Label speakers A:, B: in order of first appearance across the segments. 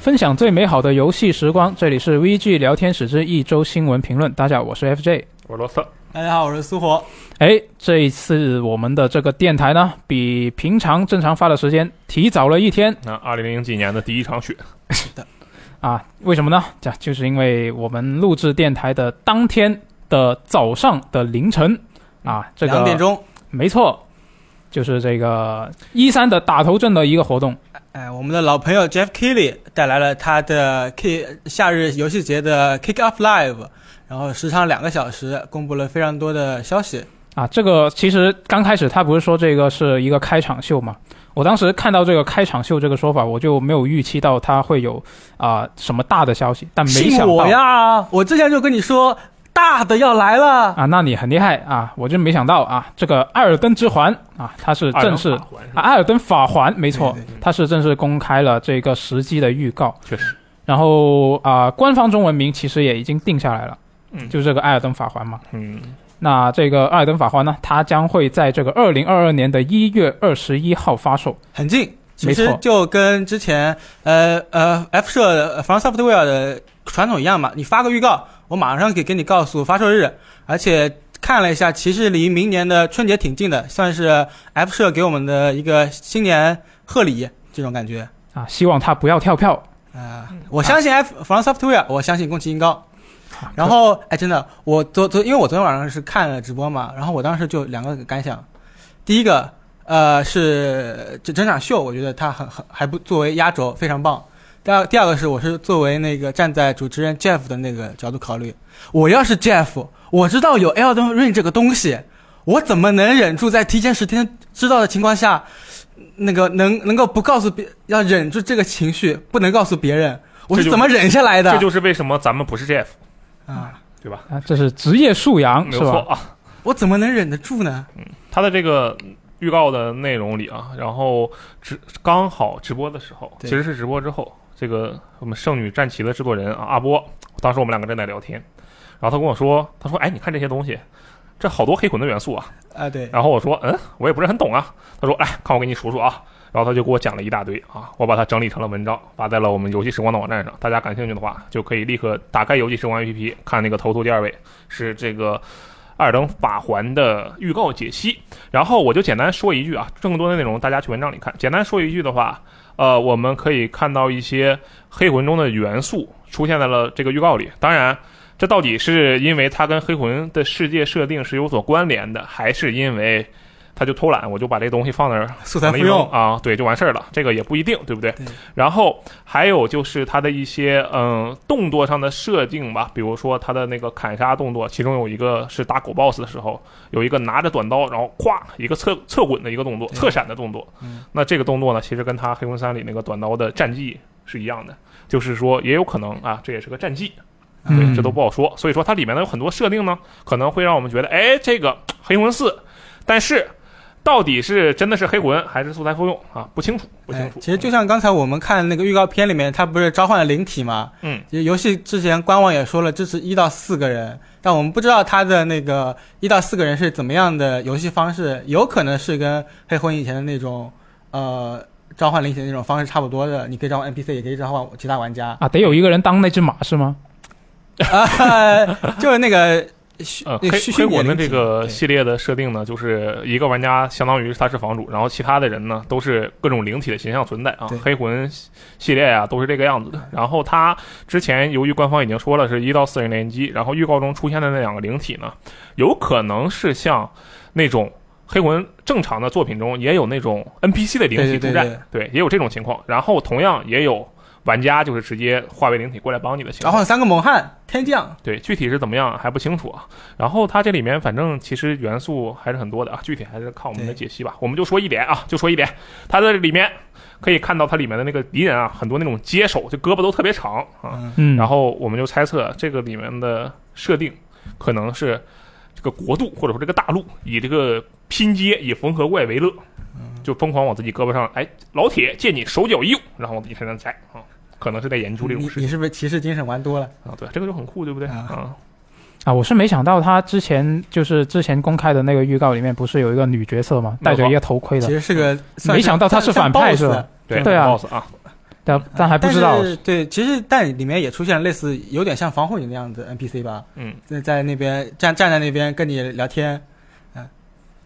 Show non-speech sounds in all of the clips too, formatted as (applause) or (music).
A: 分享最美好的游戏时光，这里是 VG 聊天室之一周新闻评论。大家好，我是 FJ。
B: 我罗瑟，
C: 大家好，我是苏活。
A: 哎，这一次我们的这个电台呢，比平常正常发的时间提早了一天
B: 那二零零几年的第一场雪，
A: 啊？为什么呢？这就是因为我们录制电台的当天的早上的凌晨啊，这个
C: 两点钟，
A: 没错，就是这个一三的打头阵的一个活动。
C: 哎，我们的老朋友 Jeff Keighley 带来了他的 K 夏日游戏节的 Kick Off Live，然后时长两个小时，公布了非常多的消息。
A: 啊，这个其实刚开始他不是说这个是一个开场秀嘛？我当时看到这个开场秀这个说法，我就没有预期到他会有啊、什么大的消息，但没
C: 信
A: 想到
C: 我呀，我之前就跟你说大的要来了。
A: 啊，那你很厉害啊！我就没想到啊，这个《艾尔登之环》啊，它是正式啊
B: 二零法环是
A: 《
B: 吧
A: 艾尔登法环》没错，
C: 对对对
A: 它是正式公开了这个时机的预告。
B: 确实，
A: 然后啊、官方中文名其实也已经定下来了，
B: 嗯
A: 就是这个《艾尔登法环》嘛。
B: 嗯，
A: 那这个《艾尔登法环》呢，它将会在这个二零二二年的一月二十一号发售。
C: 很近，其
A: 没错
C: 实就跟之前呃呃 F 社的 From Software 的传统一样嘛，你发个预告，我马上给给你告诉发售日，而且。看了一下，其实离明年的春节挺近的，算是 F 社给我们的一个新年贺礼这种感觉
A: 啊，希望他不要跳票。
C: 啊、我相信 F From Software，我相信宫崎英高。然后，哎，真的，我昨昨因为我昨天晚上是看了直播嘛，然后我当时就两个感想，第一个，呃，是整整场秀，我觉得它很很还不作为压轴非常棒。第二第二个是，我是作为那个站在主持人 Jeff 的那个角度考虑，我要是 Jeff，我知道有 Elden Ring 这个东西，我怎么能忍住在提前十天知道的情况下，那个能能够不告诉别，要忍住这个情绪，不能告诉别人，我
B: 这
C: 是
B: 就
C: 怎么忍下来的？
B: 这就是为什么咱们不是 Jeff，
C: 啊。
B: 对吧？
A: 啊，这是职业素养
B: 没
A: 嗯是
B: 有错
A: 吧？
B: 啊。
C: 我怎么能忍得住呢？
B: 他的这个预告的内容里啊，然后直刚好直播的时候，其
C: 对
B: 实是直播之后，这个我们圣女战旗的制作人啊阿波，当时我们两个正在聊天，然后他跟我说，他说，哎，你看这些东西。这好多黑魂的元素啊！
C: 啊，对，
B: 然后我说，嗯，我也不是很懂啊。他说，哎，看我给你数数啊。然后他就给我讲了一大堆啊，我把它整理成了文章，发在了我们游戏时光的网站上。大家感兴趣的话，就可以立刻打开游戏时光 APP 看那个头图第二位是这个《二等法环》的预告解析。然后我就简单说一句啊，更多的内容大家去文章里看。简单说一句的话，呃，我们可以看到一些黑魂中的元素出现在了这个预告里。当然，这到底是因为它跟黑魂的世界设定是有所关联的，还是因为他就偷懒，我就把这东西放那
C: (laughs)
B: 儿
C: 素材
B: 可
C: 复
B: 能一种
C: 用，
B: 啊，对，就完事儿了。这个也不一定，对不对？
C: 对
B: 然后还有就是它的一些嗯动作上的设定吧，比如说它的那个砍杀动作，其中有一个是打狗 boss 的时候，有一个拿着短刀，然后咵一个侧侧滚的一个动作，
C: 对
B: 侧闪的动作。
C: 嗯
B: 那这个动作呢，其实跟它黑魂三里那个短刀的战技是一样的，就是说也有可能啊，这也是个战技。
A: 嗯，
B: 对，这都不好说。所以说它里面呢有很多设定呢，可能会让我们觉得，哎，这个黑魂四，但是到底是真的是黑魂还是素材复用啊？不清楚，不清
C: 哎
B: 楚。嗯
C: 其实就像刚才我们看那个预告片里面，他不是召唤了灵体嘛？
B: 嗯，
C: 其实游戏之前官网也说了支持一到四个人，但我们不知道他的那个一到四个人是怎么样的游戏方式，有可能是跟黑魂以前的那种呃召唤灵体的那种方式差不多的，你可以召唤 NPC，也可以召唤其他玩家
A: 啊，得有一个人当那只马是吗？
C: 啊， (laughs) 就是那个虚
B: 呃，
C: 那
B: 黑
C: 个虚虚
B: 黑
C: 拟
B: 魂的
C: 灵体
B: 这个
C: 对
B: 系列的设定呢，就是一个玩家相当于他是房主，然后其他的人呢都是各种灵体的形象存在啊
C: 对。
B: 黑魂系列啊都是这个样子的。然后他之前由于官方已经说了是一到四人联机，然后预告中出现的那两个灵体呢，有可能是像那种。黑魂正常的作品中也有那种 NPC 的灵体
C: 对对
B: 助
C: 对
B: 战，对，也有这种情况。然后同样也有玩家就是直接化为灵体过来帮你的情
C: 召
B: 况。
C: 唤三个猛汉天降，
B: 对，具体是怎么样还不清楚啊。然后它这里面反正其实元素还是很多的啊，具体还是看我们的解析吧。我们就说一点啊，就说一点，它的里面可以看到它里面的那个敌人啊，很多那种接手，就胳膊都特别长啊。
C: 嗯，
A: 嗯，
B: 然后我们就猜测这个里面的设定可能是这个国度或者说这个大陆以这个拼接以缝合怪为乐，
C: 嗯
B: 就疯狂往自己胳膊上，哎，老铁借你手脚一用，然后往自己身上摘啊，可能是在研究这种
C: 你
B: 事
C: 你
B: 情
C: 是不是骑士精神玩多了？
B: 啊。对，这个就很酷，对不对
C: 嗯啊
B: 啊？
A: 啊，我是没想到他之前就是之前公开的那个预告里面不是有一个女角色嘛，戴着一个头盔
C: 其
A: 的。
C: 实是个，算
A: 没想到他是
C: 像
A: 反派
C: 像 boss
A: 是吧
C: 的
B: 对
A: 对啊
B: b o s s 啊，
A: 但但还不知道
C: 但，是对，其实但里面也出现了类似有点像防护你那样的 NPC 吧，
B: 嗯，
C: 在在那边站站在那边跟你聊天，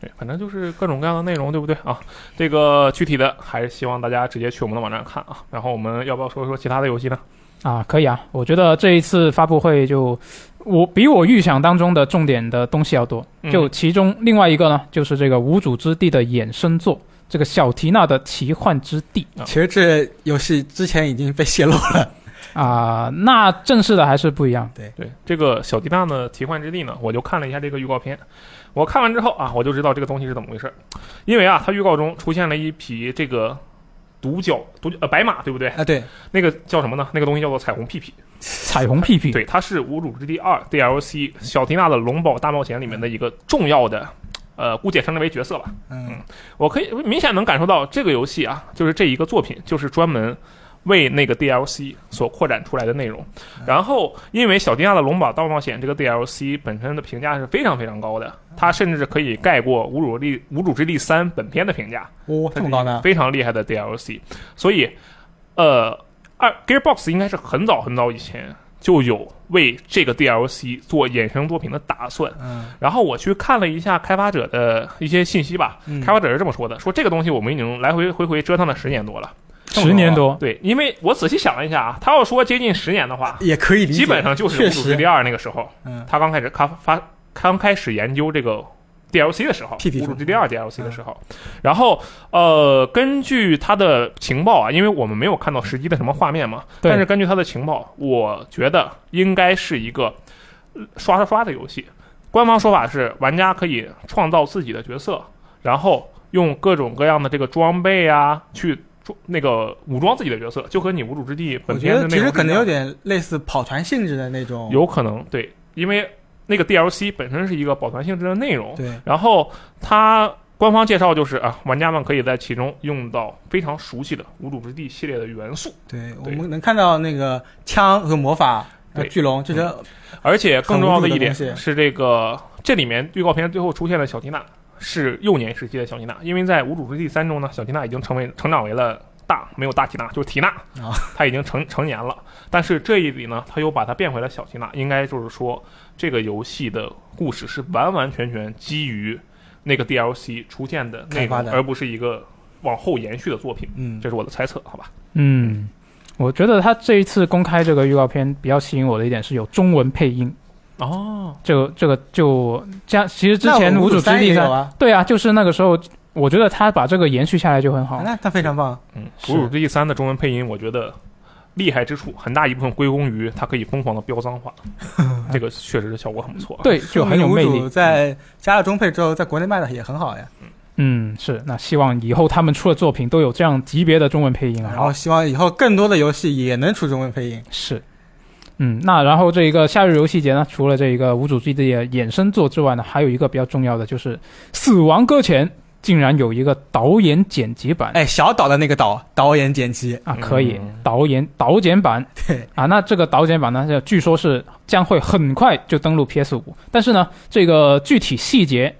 B: 对，反正就是各种各样的内容，对不对啊？这个具体的还是希望大家直接去我们的网站看啊。然后我们要不要说一说其他的游戏呢？
A: 啊，可以啊，我觉得这一次发布会就我比我预想当中的重点的东西要多。
B: 嗯
A: 就其中另外一个呢，就是这个《无主之地》的衍生作，这个小缇娜的奇幻之地
C: 其实这游戏之前已经被泄露了，
A: 啊、那正式的还是不一样。
B: 对这个小迪娜呢，奇幻之地呢，我就看了一下这个预告片。我看完之后啊，我就知道这个东西是怎么回事儿，因为啊，它预告中出现了一匹这个独角独呃白马，对不对？
C: 啊，对，
B: 那个叫什么呢？那个东西叫做彩虹屁屁。
A: 彩虹屁屁，
B: 对，它是《无主之地二》DLC 小缇娜的龙宝大冒险里面的一个重要的，呃，姑且称之为角色吧。
C: 嗯，
B: 我可以明显能感受到这个游戏啊，就是这一个作品，就是专门为那个 DLC 所扩展出来的内容。然后，因为小迪亚的《龙宝大冒险》这个 DLC 本身的评价是非常非常高的，它甚至可以盖过《无主力无主之地三》本片的评价。
C: 哦，这么高呢？
B: 非常厉害的 DLC。所以，呃，二 Gearbox 应该是很早很早以前就有为这个 DLC 做衍生作品的打算。
C: 嗯
B: 然后我去看了一下开发者的一些信息吧，
C: 嗯
B: 开发者是这么说的：说这个东西我们已经来回回回折腾了十年多了。
C: 啊
A: 十年多，
C: 嗯
B: 对，因为我仔细想了一下啊，他要说接近十年的话，
C: 也可以理解，
B: 基本上就是《
C: 确
B: 无主之
C: 实
B: 地，二》那个时候，
C: 嗯
B: 他刚开始开发刚开始研究这个 DLC 的时候，
C: 屁屁
B: 侮辱
C: 虫
B: DDR DLC 的时候，
C: 嗯
B: 然后呃，根据他的情报啊，因为我们没有看到实际的什么画面嘛，
A: 对
B: 但是根据他的情报，我觉得应该是一个呃刷刷刷的游戏。官方说法是，玩家可以创造自己的角色，然后用各种各样的这个装备啊，去装那个武装自己的角色，就和你《无主之地》
C: 我
B: 本
C: 觉
B: 片的
C: 得
B: 内
C: 其
B: 容
C: 实可
B: 一
C: 能
B: 样
C: 有点类似跑团性质的那种，
B: 有可能对，因为那个 DLC 本身是一个保团性质的内容，
C: 对，
B: 然后它官方介绍就是啊，玩家们可以在其中用到非常熟悉的《无主之地》系列的元素，
C: 对，我们能看到那个枪和魔法。
B: 对
C: 巨龙就是
A: 嗯
B: 而且更重要的一点
C: 很无助的东西
B: 是，这个这里面预告片最后出现的小缇娜是幼年时期的小缇娜，因为在《无主之地三》中呢，小缇娜已经成为成长为了。大没有大缇娜，就是缇娜，
C: 啊
B: 她已经成成年了。但是这一里呢，他又把它变回了小缇娜，应该就是说，这个游戏的故事是完完全全基于那个 DLC 出现的内
C: 开发
B: 容，
C: 的
B: 而不是一个往后延续的作品。
C: 嗯
B: 这，是我的猜测，好吧？
A: 嗯，我觉得他这一次公开这个预告片比较吸引我的一点是有中文配音，
B: 哦，
A: 这个这个就这样。其实之
C: 那
A: 前
C: 我
A: 《
C: 们
A: 无主之
C: 三
A: 地
C: 也》有
A: 在
C: 啊，
A: 对啊，就是那个时候，我觉得他把这个延续下来就很好。
C: 啊那那非常棒，
B: 嗯，《
A: 是
B: 哺乳之地三》的中文配音，我觉得厉害之处很大一部分归功于它可以疯狂的飙脏
C: (laughs)
B: 话，这个确实是效果很不错。，啊
A: 对，就很有
C: 说
A: 魅
C: 明无
A: 力
C: 主。在加了中配之后，在国内卖的也很好呀。
A: 嗯，是。那希望以后他们出的作品都有这样级别的中文配音啊。
C: 然后希望以后更多的游戏也能出中文配音。
A: 是，嗯，那然后这一个夏日游戏节呢，除了这一个无主之地的衍生作之外呢，还有一个比较重要的就是《死亡搁浅》竟然有一个导演剪辑版。
C: 哎，小岛的那个岛导演剪辑，
A: 啊，可以
B: 嗯，
A: 导演导剪版
C: (laughs) 对
A: 啊，那这个导剪版呢，就据说是将会很快就登陆 PS 五，但是呢，这个具体细节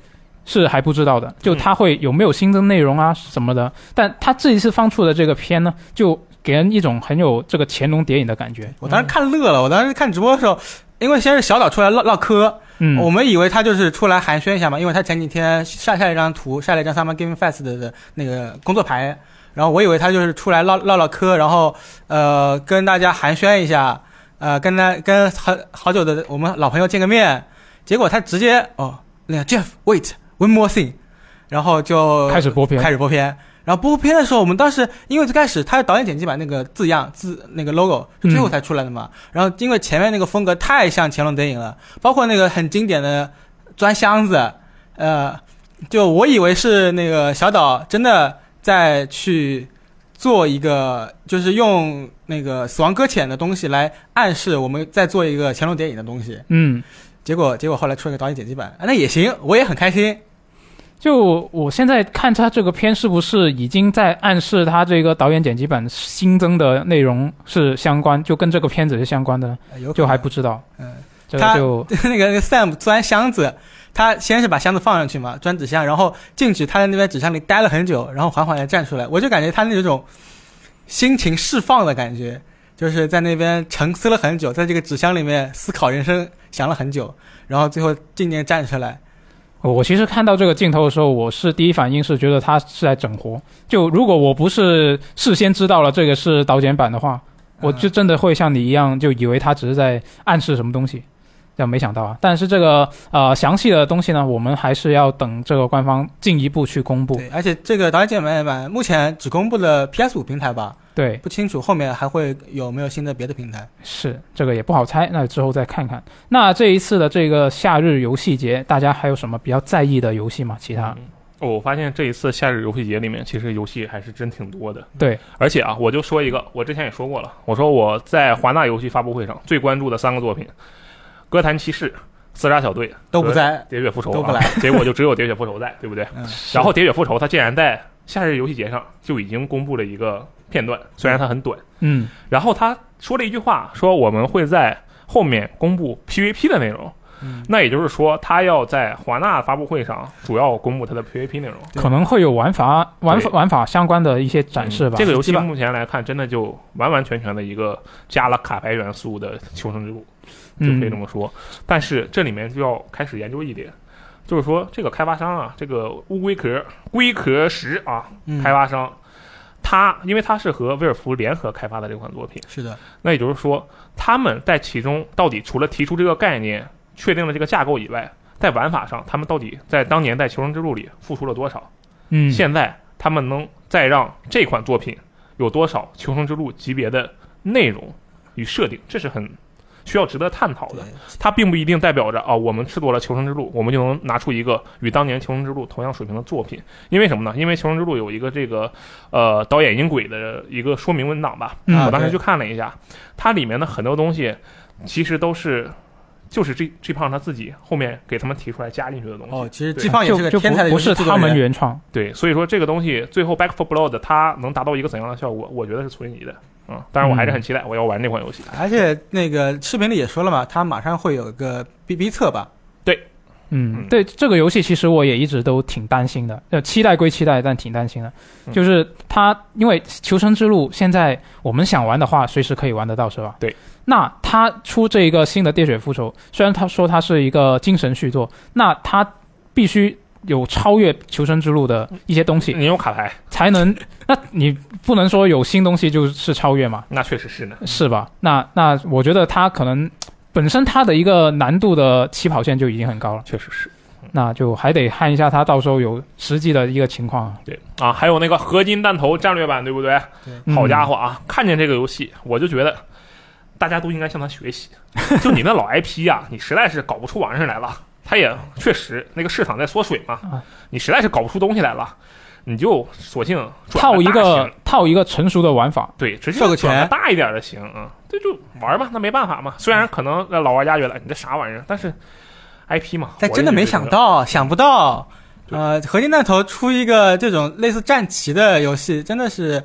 A: 是还不知道
C: 嗯
A: 的，就它会有没有新增内容啊什么的，但它这一次放出的这个片呢，就给人一种很有这个潜龙谍影的感觉，
C: 我当时看乐了。我当时看直播的时候，因为先是小岛出来唠唠嗑，
A: 嗯，
C: 我们以为他就是出来寒暄一下嘛，因为他前几天晒晒了一张图，晒了一张 Summer Game Fest 的的那个工作牌，然后我以为他就是出来唠唠唠嗑，然后呃跟大家寒暄一下，呃跟他跟好好久的我们老朋友见个面，结果他直接哦那个 Jeff wait one more thing，然后就
A: 嗯开始播片，
C: 开始播片。然后播片的时候，我们当时因为最开始它是导演剪辑版那个字样字那个 logo 是
A: 嗯
C: 最后才出来的嘛，然后因为前面那个风格太像《乾隆谍影》了，包括那个很经典的钻箱子，呃，就我以为是那个小岛真的在去做一个，就是用那个死亡搁浅的东西来暗示我们在做一个《乾隆谍影》的东西，
A: 嗯，
C: 结果结果后来出了个导演剪辑版，啊，那也行，我也很开心，
A: 就我现在看它这个片是不是已经在暗示它这个导演剪辑版新增的内容是相关，就跟这个片子是相关的呢，
C: 呃有可
A: 就还
C: 能
A: 不知道，
C: 嗯。
A: 这个
C: 它
A: 就
C: (laughs) 那个那个 Sam 钻箱子，他先是把箱子放上去嘛，钻纸箱，然后进去，他在那边纸箱里待了很久，然后缓缓的站出来，我就感觉他那种心情释放的感觉，就是在那边沉思了很久，在这个纸箱里面思考人生，想了很久，然后最后静静站出来，
A: 我其实看到这个镜头的时候，我是第一反应是觉得他是在整活。就如果我不是事先知道了这个是导剪版的话，
C: 嗯
A: 我就真的会像你一样，就以为他只是在暗示什么东西。但没想到啊，但是这个呃详细的东西呢，我们还是要等这个官方进一步去公布。
C: 对，而且这个导演键盘版目前只公布了 PS 五平台吧，
A: 对，
C: 不清楚后面还会有没有新的别的平台。
A: 是这个也不好猜，那之后再看看。那这一次的这个夏日游戏节，大家还有什么比较在意的游戏吗？其他？
B: 嗯哦我发现这一次夏日游戏节里面，其实游戏还是真挺多的。
A: 对，
B: 而且啊，我就说一个，我之前也说过了，我说我在华纳游戏发布会上最关注的三个作品，《哥谭骑士》《刺杀小队》
C: 都不在，
B: 《喋血复仇》
C: 都不
B: 啊
C: 来，
B: 结果就只有《喋血复仇》在，对不对？
C: 嗯，
B: 然后《喋血复仇》它竟然在夏日游戏节上就已经公布了一个片段，虽然它很短，
A: 嗯，
B: 然后他说了一句话，说我们会在后面公布 PVP 的内容。
C: 嗯
B: 那也就是说，他要在华纳发布会上主要公布他的 PVP 内容。
C: 对
A: 可能会有玩法、玩法
B: 对
A: 玩法相关的一些展示吧。
B: 嗯这个游戏
C: 基本
B: 目前来看，真的就完完全全的一个加了卡牌元素的求生之路，就
A: 嗯
B: 可以这么说。但是这里面就要开始研究一点，就是说这个开发商啊，这个乌龟壳龟壳石啊，
C: 嗯
B: 开发商，他因为他是和威尔福联合开发的这款作品。
C: 嗯是的，
B: 那也就是说，他们在其中到底除了提出这个概念、确定了这个架构以外，在玩法上，他们到底在当年在《求生之路》里付出了多少？
A: 嗯，
B: 现在他们能再让这款作品有多少《求生之路》级别的内容与设定？这是很需要值得探讨的
C: 对。，
B: 它并不一定代表着啊，我们吃多了《求生之路》，我们就能拿出一个与当年《求生之路》同样水平的作品。因为什么呢？因为《求生之路》有一个这个呃导演音轨的一个说明文档吧，
A: 嗯
B: 我当时
C: 对
B: 去看了一下，它里面的很多东西其实都是就是这这胖他自己后面给他们提出来加进去的东西。
C: 哦，其实
B: 对
C: 季放也
A: 就是
C: 个
A: 就
C: 天才的
A: 不
C: 游
A: 不
C: 戏
A: 是
C: 制作
A: 他们
C: 人，
A: 原创，
B: 对，所以说这个东西最后 Back for Blood 它能达到一个怎样的效果，我觉得是存疑的。嗯，当然我还是很期待我要玩这款游戏。
C: 而且那个视频里也说了嘛，他马上会有一个 B B 测吧，
A: 嗯
B: 嗯，
A: 对这个游戏，其实我也一直都挺担心的。呃，期待归期待，但挺担心的。
B: 嗯
A: 就是它，因为《求生之路》现在我们想玩的话，随时可以玩得到，是吧？
B: 对。
A: 那它出这一个新的《喋血复仇》，虽然他说它是一个精神续作，那它必须有超越《求生之路》的一些东西，
B: 你有卡牌，
A: 才能。那你不能说有新东西就是超越嘛？
B: 那确实是呢。
A: 是吧？那那我觉得它可能本身它的一个难度的起跑线就已经很高了。
B: 确实是
A: 那就还得看一下他到时候有实际的一个情况。
B: 对啊，还有那个合金弹头战略版，对不对？
A: 嗯
B: 好家伙啊！看见这个游戏，我就觉得大家都应该向他
A: (laughs)
B: 学习。就你那老 IP 啊，你实在是搞不出玩意儿来了。他也确实那个市场在缩水嘛
A: 啊，
B: 你实在是搞不出东西来了，你就索性转
A: 套一
B: 大
A: 个
B: 型
A: 套一个成熟的玩法，
B: 对，直接
C: 设个
B: 转
C: 钱
B: 大一点的行啊，这就玩吧，那没办法嘛。虽然可能那老玩家觉得哎你这啥玩意儿，但是 IP 嘛，
C: 但
B: 我
C: 真的
B: 也
C: 没
B: 觉
C: 想
B: 得
C: 到，想不到，
B: 对
C: 呃，合金弹头出一个这种类似战棋的游戏，真的是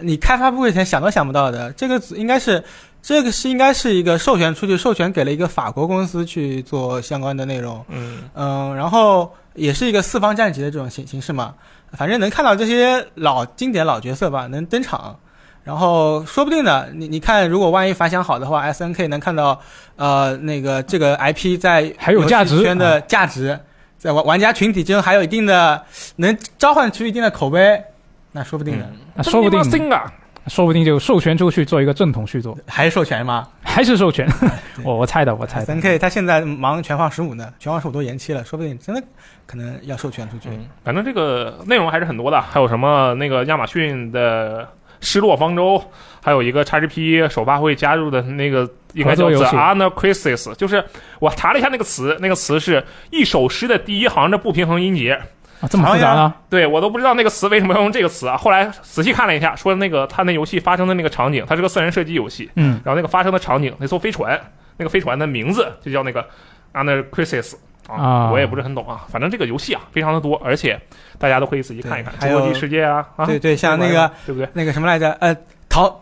C: 你开发布会前想都想不到的。这个组应该是，这个是应该是一个授权出去，授权给了一个法国公司去做相关的内容，
B: 嗯。
C: 嗯，然后也是一个四方战棋的这种形形式嘛。反正能看到这些老经典老角色吧，能登场。然后说不定呢，你你看，如果万一反响好的话，S N K 能看到，呃，那个这个 I P 在
A: 还有价值
C: 游戏圈的价值，在玩玩家群体中还有一定的能召唤出一定的口碑，那说不定
B: 嗯
C: 呢，
A: 那说不定
B: 啊，
A: 说不定就授权出去做一个正统续作，
C: 还是授权嘛。
A: 还是授权。我我猜的，我
B: 哎
A: 猜
C: S
A: 的
C: N。K 他现在忙全放十五呢，全放十五都延期了，说不定真的可能要授权出去。
B: 嗯，反正这个内容还是很多的，还有什么那个亚马逊的失落方舟，还有一个 XGP 首发会加入的那个应该叫
A: 啊合作游
B: The
A: 戏
B: Honor Crisis，就是我查了一下那个词，那个词是一首诗的第一行的不平衡音节。
A: 啊，这么复杂
C: 好
A: 呢？
B: 对我都不知道那个词为什么要用这个词啊，后来仔细看了一下，说那个他那游戏发生的那个场景，它是个四人射击游戏，
A: 嗯，
B: 然后那个发生的场景，那艘飞船，那个飞船的名字就叫那个 Anarchis 啊，
A: 啊
B: 我也不是很懂啊，反正这个游戏啊非常的多，而且大家都可以仔细看一看《
C: 对还
B: 侏
C: 有
B: 罗纪世界》啊，啊，
C: 对对，像那
B: 这玩意
C: 个
B: 儿对不对
C: 那个什么来着？呃，糖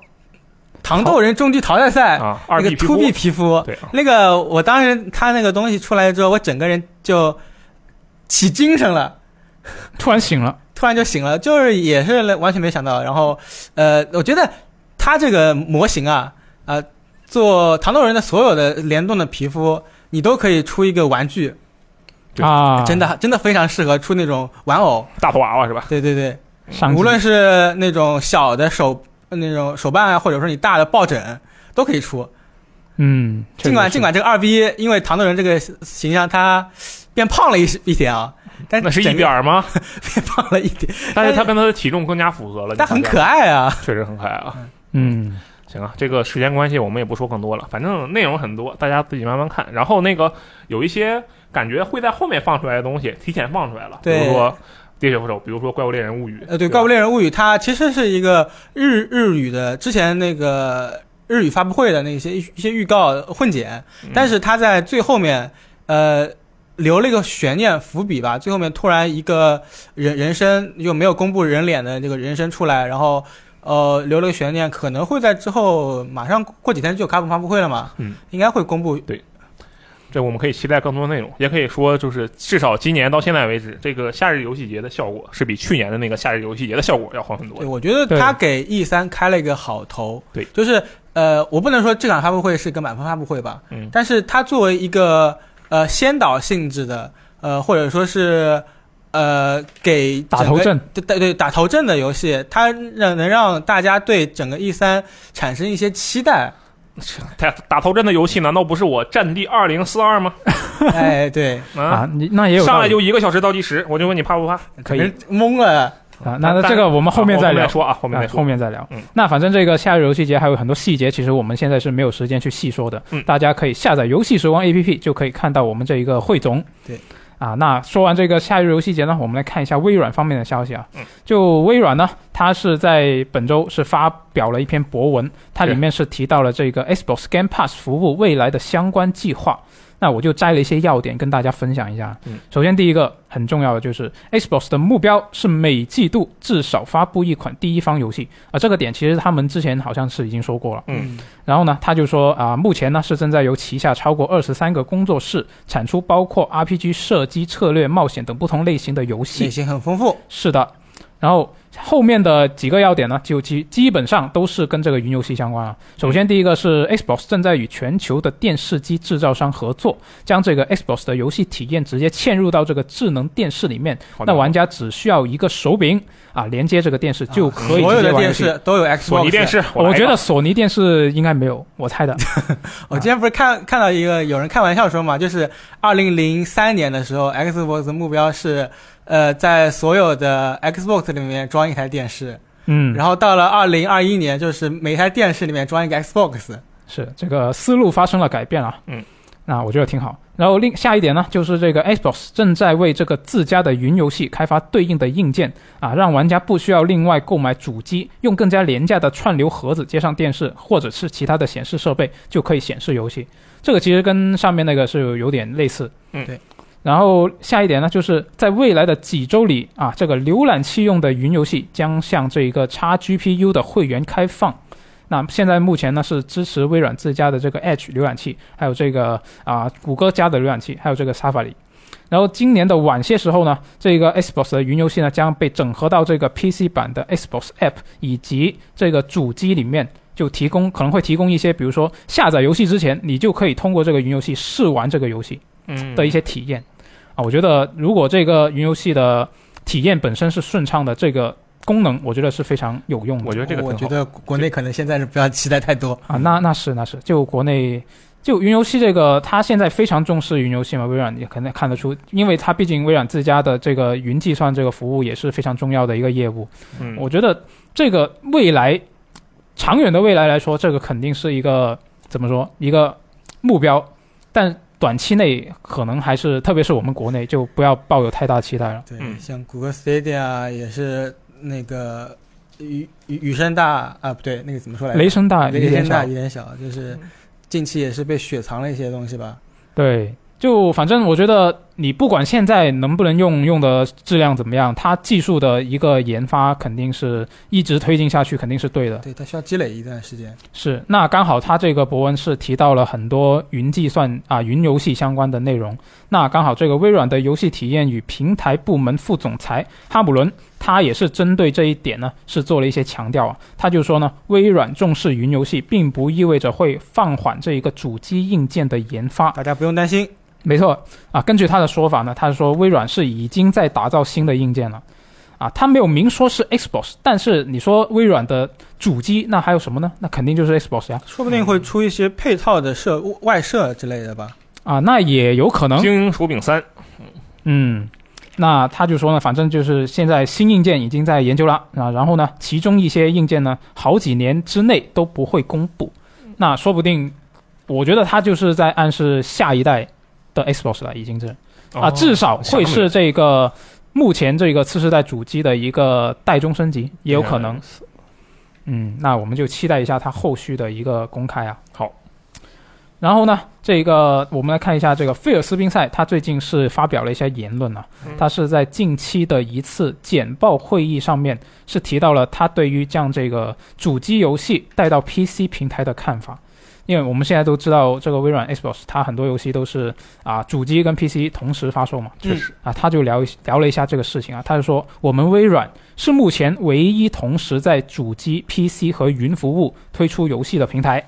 C: 糖豆人终极淘汰赛，
B: 啊？
C: 哎那
B: 二
C: 个
B: D 皮
C: To
B: 肤
C: B 皮肤，
B: 对啊
C: 那个我当时他那个东西出来之后，我整个人就起精神了，
A: 突然醒了，
C: 突突然就醒了，就是也是完全没想到。然后，呃，我觉得它这个模型啊，啊、做糖豆人的所有的联动的皮肤，你都可以出一个玩具，
B: 对
A: 啊，
C: 哎真的真的非常适合出那种玩偶。
B: 大头娃娃是吧？
C: 对对对，
A: 上级，
C: 无论是那种小的手那种手办啊，或者说你大的抱枕，都可以出。
A: 嗯，
C: 尽管
A: 确实是
C: 尽管这个二逼，因为糖豆人这个形象他变胖了一一点啊，但
B: 那是一
C: 整个
B: 边儿吗？
C: 变胖了一
B: (laughs)
C: 点，
B: 但是它跟它的体重更加符合了。
C: 但哎很
B: 爱，
C: 可爱啊。
B: 确实很可爱啊。
A: 嗯，
B: 行啊，这个时间关系，我们也不说更多了，反正内容很多，大家自己慢慢看。然后那个有一些感觉会在后面放出来的东西，提前放出来了，比
C: 对
B: 如说《喋血扶手》，比如说《怪物猎人物语》。
C: 呃，对，《
B: 吧
C: 怪物猎人物语》它其实是一个日日语的之前那个日语发布会的那些一一些预告混剪，
B: 嗯
C: 但是它在最后面，呃，留了一个悬念伏笔吧。最后面突然一个人人声又没有公布人脸的这个人声出来，然后呃留了个悬念，可能会在之后马上过几天就有卡普发布会了嘛，
B: 嗯，
C: 应该会公布。
B: 这我们可以期待更多内容，也可以说就是至少今年到现在为止，这个夏日游戏节的效果是比去年的那个夏日游戏节的效果要好很多
C: 对，
B: 的。
C: 我觉得他给 E 三开了一个好头。
B: 对
C: 就是呃，我不能说这场发布会是个满分发布会吧，
B: 嗯
C: 但是它作为一个呃先导性质的，呃或者说是呃给
A: 打
C: 整个
A: 头阵，
C: 对对对，打头阵的游戏，它让能让大家对整个 E 三产生一些期待。
A: (laughs)
B: 打打头阵的游戏难道不是我《战地二零四二》吗？
C: 哎，对，
A: 啊，你那也有
B: 上来
A: 道
B: 就一个小时倒计时，我就问你怕不怕？
A: 理可以
C: 懵了。
A: 啊，那这个我们
B: 啊
A: 后面再聊。
B: 说啊，后面再
A: 啊
B: 说。
A: 后面再聊
B: 嗯。
A: 那反正这个夏日游戏节还有很多细节，其实我们现在是没有时间去细说的。
B: 嗯
A: 大家可以下载游戏时光 APP，就可以看到我们这一个汇总。
C: 对。
A: 啊，那说完这个夏日游戏节呢，我们来看一下微软方面的消息啊。
B: 嗯。
A: 就微软呢，它是在本周是发表了一篇博文，它里面是提到了这个
B: 嗯
A: Xbox Game Pass 服务未来的相关计划。那我就摘了一些要点跟大家分享一下。啊
B: 嗯，
A: 首先第一个很重要的就是 Xbox 的目标是每季度至少发布一款第一方游戏啊，这个点其实他们之前好像是已经说过了。
B: 嗯，
A: 然后呢，他就说啊、目前呢是正在由旗下超过二十三个工作室产出包括 RPG、射击、策略、冒险等不同类型的游戏
C: 类。型很丰富。
A: 是的，然后后面的几个要点呢，就基基本上都是跟这个云游戏相关啊。首先第一个是 Xbox 正在与全球的电视机制造商合作，将这个 Xbox 的游戏体验直接嵌入到这个智能电视里面。
B: 好的
A: 那玩家只需要一个手柄啊，连接这个电视就可以直
C: 所有
A: 接玩
C: 的
A: 游
C: 电
A: 戏。
C: 视都有 Xbox。
B: 索尼电，视，
A: 我
B: 来
A: 觉得
B: 吧
A: 索尼电视应该没有，我猜的。
C: 我哦今天不是看看到一个有人开玩笑说嘛，就是二零零三年的时候，Xbox 的目标是呃在所有的 Xbox 里面装一台电视，
A: 嗯，
C: 然后到了二零二一年，就是每台电视里面装一个 Xbox。
A: 是这个思路发生了改变啊。
B: 嗯，
A: 那我觉得挺好。然后另下一点呢，就是这个 Xbox 正在为这个自家的云游戏开发对应的硬件啊，让玩家不需要另外购买主机，用更加廉价的串流盒子接上电视或者是其他的显示设备就可以显示游戏。这个其实跟上面那个是有有点类似。
B: 嗯
C: 对。
A: 然后下一点呢，就是在未来的几周里啊，这个浏览器用的云游戏将向这一个 XGPU 的会员开放。那现在目前呢是支持微软自家的这个 Edge 浏览器，还有这个啊、谷歌家的浏览器，还有这个 Safari。然后今年的晚些时候呢，这个 Xbox 的云游戏呢将被整合到这个 PC 版的 Xbox App 以及这个主机里面，就提供可能会提供一些，比如说下载游戏之前，你就可以通过这个云游戏试玩这个游戏
B: 嗯
A: 的一些体验。啊，我觉得如果这个云游戏的体验本身是顺畅的，这个功能我觉得是非常有用的
B: 我。觉得这个挺
C: 我
B: 好
C: 觉得国内可能现在是不要期待太多。
A: 啊，那那是那是，就国内就云游戏这个，它现在非常重视云游戏嘛，微软也可能看得出，因为它毕竟微软自家的这个云计算这个服务也是非常重要的一个业务。
B: 嗯
A: 我觉得这个未来长远的未来来说，这个肯定是一个怎么说一个目标，但短期内可能还是，特别是我们国内就不要抱有太大期待了。
C: 对，
B: 嗯
C: 像谷歌 Stadia 也是那个雨雨雨声大啊，不对，那个怎么说来着？
A: 雷声大，雨
C: 雷
A: 点
C: 声
A: 小
C: 大雨点小，就是
B: 嗯
C: 近期也是被雪藏了一些东西吧。
A: 对，就反正我觉得你不管现在能不能用，用的质量怎么样，它技术的一个研发肯定是一直推进下去，肯定是对的。
C: 对，它需要积累一段时间。
A: 是，那刚好他这个博文是提到了很多云计算啊、云游戏相关的内容。那刚好这个微软的游戏体验与平台部门副总裁哈姆伦，他也是针对这一点呢，是做了一些强调啊。他就说呢，微软重视云游戏，并不意味着会放缓这一个主机硬件的研发。
B: 啊
C: 大家不用担心，
A: 没错啊，根据他的说法呢，他说微软是已经在打造新的硬件了，啊，他没有明说是 Xbox，但是你说微软的主机，那还有什么呢？那肯定就是 Xbox 呀，
C: 说不定会出一些配套的设
B: 嗯
C: 外设之类的吧。
A: 啊，那也有可能，
B: 精英手柄三，
A: 嗯，那他就说呢，反正就是现在新硬件已经在研究了啊，然后呢，其中一些硬件呢，好几年之内都不会公布，那说不定，我觉得他就是在暗示下一代的 Xbox 了，已经是。
B: 哦
A: 啊，至少会是这个目前这个次世代主机的一个代中升级，也有可能。嗯，那我们就期待一下它后续的一个公开啊。
B: 好，
A: 然后呢，这个我们来看一下这个菲尔斯宾塞，他最近是发表了一些言论啊
B: 嗯，
A: 他是在近期的一次简报会议上面是提到了他对于将这个主机游戏带到 PC 平台的看法。因为我们现在都知道，这个微软 Xbox 它很多游戏都是啊主机跟 PC 同时发售嘛，
B: 确实
A: 啊，他就聊一聊了一下这个事情啊，他就说我们微软是目前唯一同时在主机、PC 和云服务推出游戏的平台，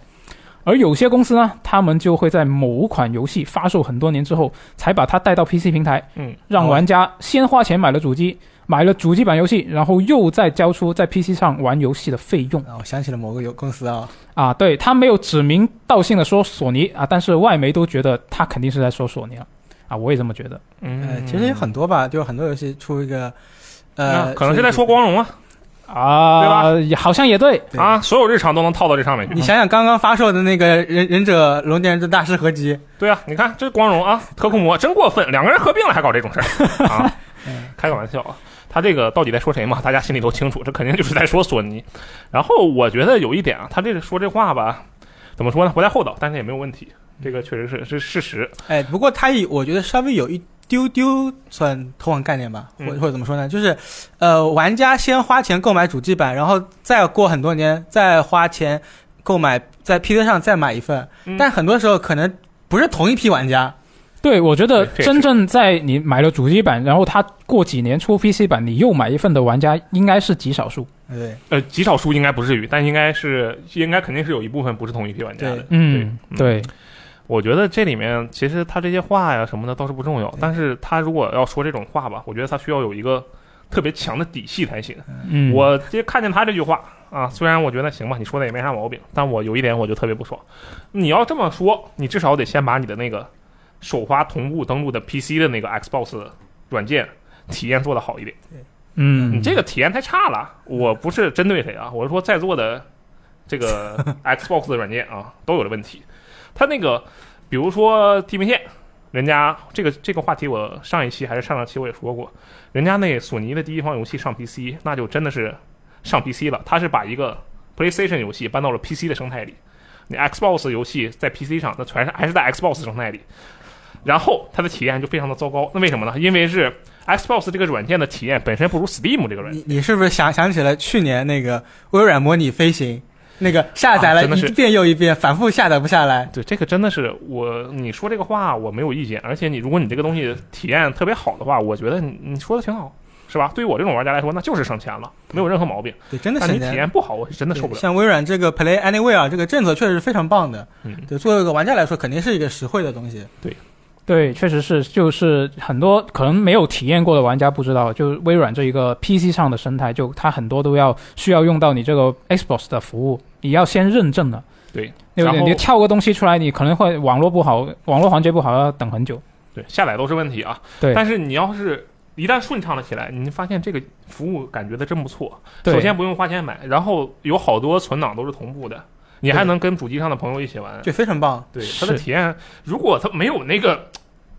A: 而有些公司呢，他们就会在某款游戏发售很多年之后，才把它带到 PC 平台，
B: 嗯，
A: 让
C: 哦
A: 玩家先花钱买了主机，买了主机版游戏，然后又再交出在 PC 上玩游戏的费用。
C: 啊，我想起了某个游公司啊，
A: 啊，对他没有指名道姓的说索尼啊，但是外媒都觉得他肯定是在说索尼了啊，我也这么觉得。
C: 呃，
B: 嗯，
C: 其实有很多吧，就是很多游戏出一个，
B: 啊
C: 呃，
B: 可能是在说光荣啊
A: 啊，也好像也对，
C: 对
B: 啊，所有日常都能套到这上面去
C: 你。想想刚刚发售的那个忍忍者龙剑之大师合集，
B: 对啊，你看这光荣啊，特库摩真过分，两个人合并了还搞这种
A: (laughs)
B: 事儿啊，开个玩笑啊。他这个到底在说谁嘛？大家心里都清楚，这肯定就是在说索尼。然后我觉得有一点啊，他这个说这话吧，怎么说呢？不太厚道，但是也没有问题。这个确实是是事实，
C: 哎，不过它也我觉得稍微有一丢丢算偷换概念吧，或
B: 嗯
C: 或者怎么说呢，就是，呃，玩家先花钱购买主机版，然后再过很多年再花钱购买在 PC 上再买一份，
B: 嗯
C: 但很多时候可能不是同一批玩家，
A: 对，我觉得
B: 对这也是
A: 真正在你买了主机版，然后他过几年出 PC 版，你又买一份的玩家应该是极少数。
C: 对，
B: 呃，极少数应该不至于，但应该是应该肯定是有一部分不是同一批玩家的
C: 对。
A: 嗯，对，
B: 我觉得这里面其实他这些话呀什么的倒是不重要，但是他如果要说这种话吧，我觉得他需要有一个特别强的底气才行。
A: 嗯，
B: 我这看见他这句话啊，虽然我觉得行吧，你说的也没啥毛病，但我有一点我就特别不爽。你要这么说，你至少得先把你的那个首发同步登录的 PC 的那个 Xbox 软件体验做得好一点。
A: 嗯，
B: 你这个体验太差了。我不是针对谁啊，我是说在座的这
A: (laughs)
B: 个 Xbox 的软件啊都有了问题。它那个，比如说地平线，人家这个这个话题我上一期还是上上期我也说过，人家那索尼的第一方游戏上 PC，那就真的是上 PC 了。它是把一个 PlayStation 游戏搬到了 PC 的生态里，你 Xbox 游戏在 PC 上，那全是还是在 Xbox 生态里。然后它的体验就非常的糟糕，那为什么呢？因为是 Xbox 这个软件的体验本身不如 Steam 这个软件。
C: 你你是不是想想起了去年那个微软模拟飞行，那个下载
B: 啊
C: 了
B: 真的是
C: 一遍又一遍，反复下载不下来，
B: 对，这个真的是我你说这个话我没有意见，而且你如果你这个东西体验特别好的话，我觉得你你说的挺好，是吧？对于我这种玩家来说，那就是省钱了，没有任何毛病。
C: 对，真的
B: 但
C: 省
B: 你
C: 钱
B: 体。验不好，我是真的
C: 对
B: 受不了。
C: 像微软这个 Play Anywhere 啊这个政策确实是非常棒的，
B: 嗯
C: 对，作为一个玩家来说，肯定是一个实惠的东西。
A: 对，确实是，就是很多可能没有体验过的玩家不知道，就是微软这一个 PC 上的生态，就它很多都要需要用到你这个 Xbox 的服务，你要先认证的。
B: 对，
A: 对不对？
B: 然后
A: 你跳个东西出来，你可能会网络不好，网络环节不好，要等很久。
B: 对，下载都是问题啊。
A: 对
B: 但是你要是一旦顺畅了起来，你发现这个服务感觉的真不错。
A: 对
B: 首先不用花钱买，然后有好多存档都是同步的，你还能跟主机上的朋友一起玩。
C: 对，非常棒。
B: 对
A: 是
B: 它的体验，如果它没有那个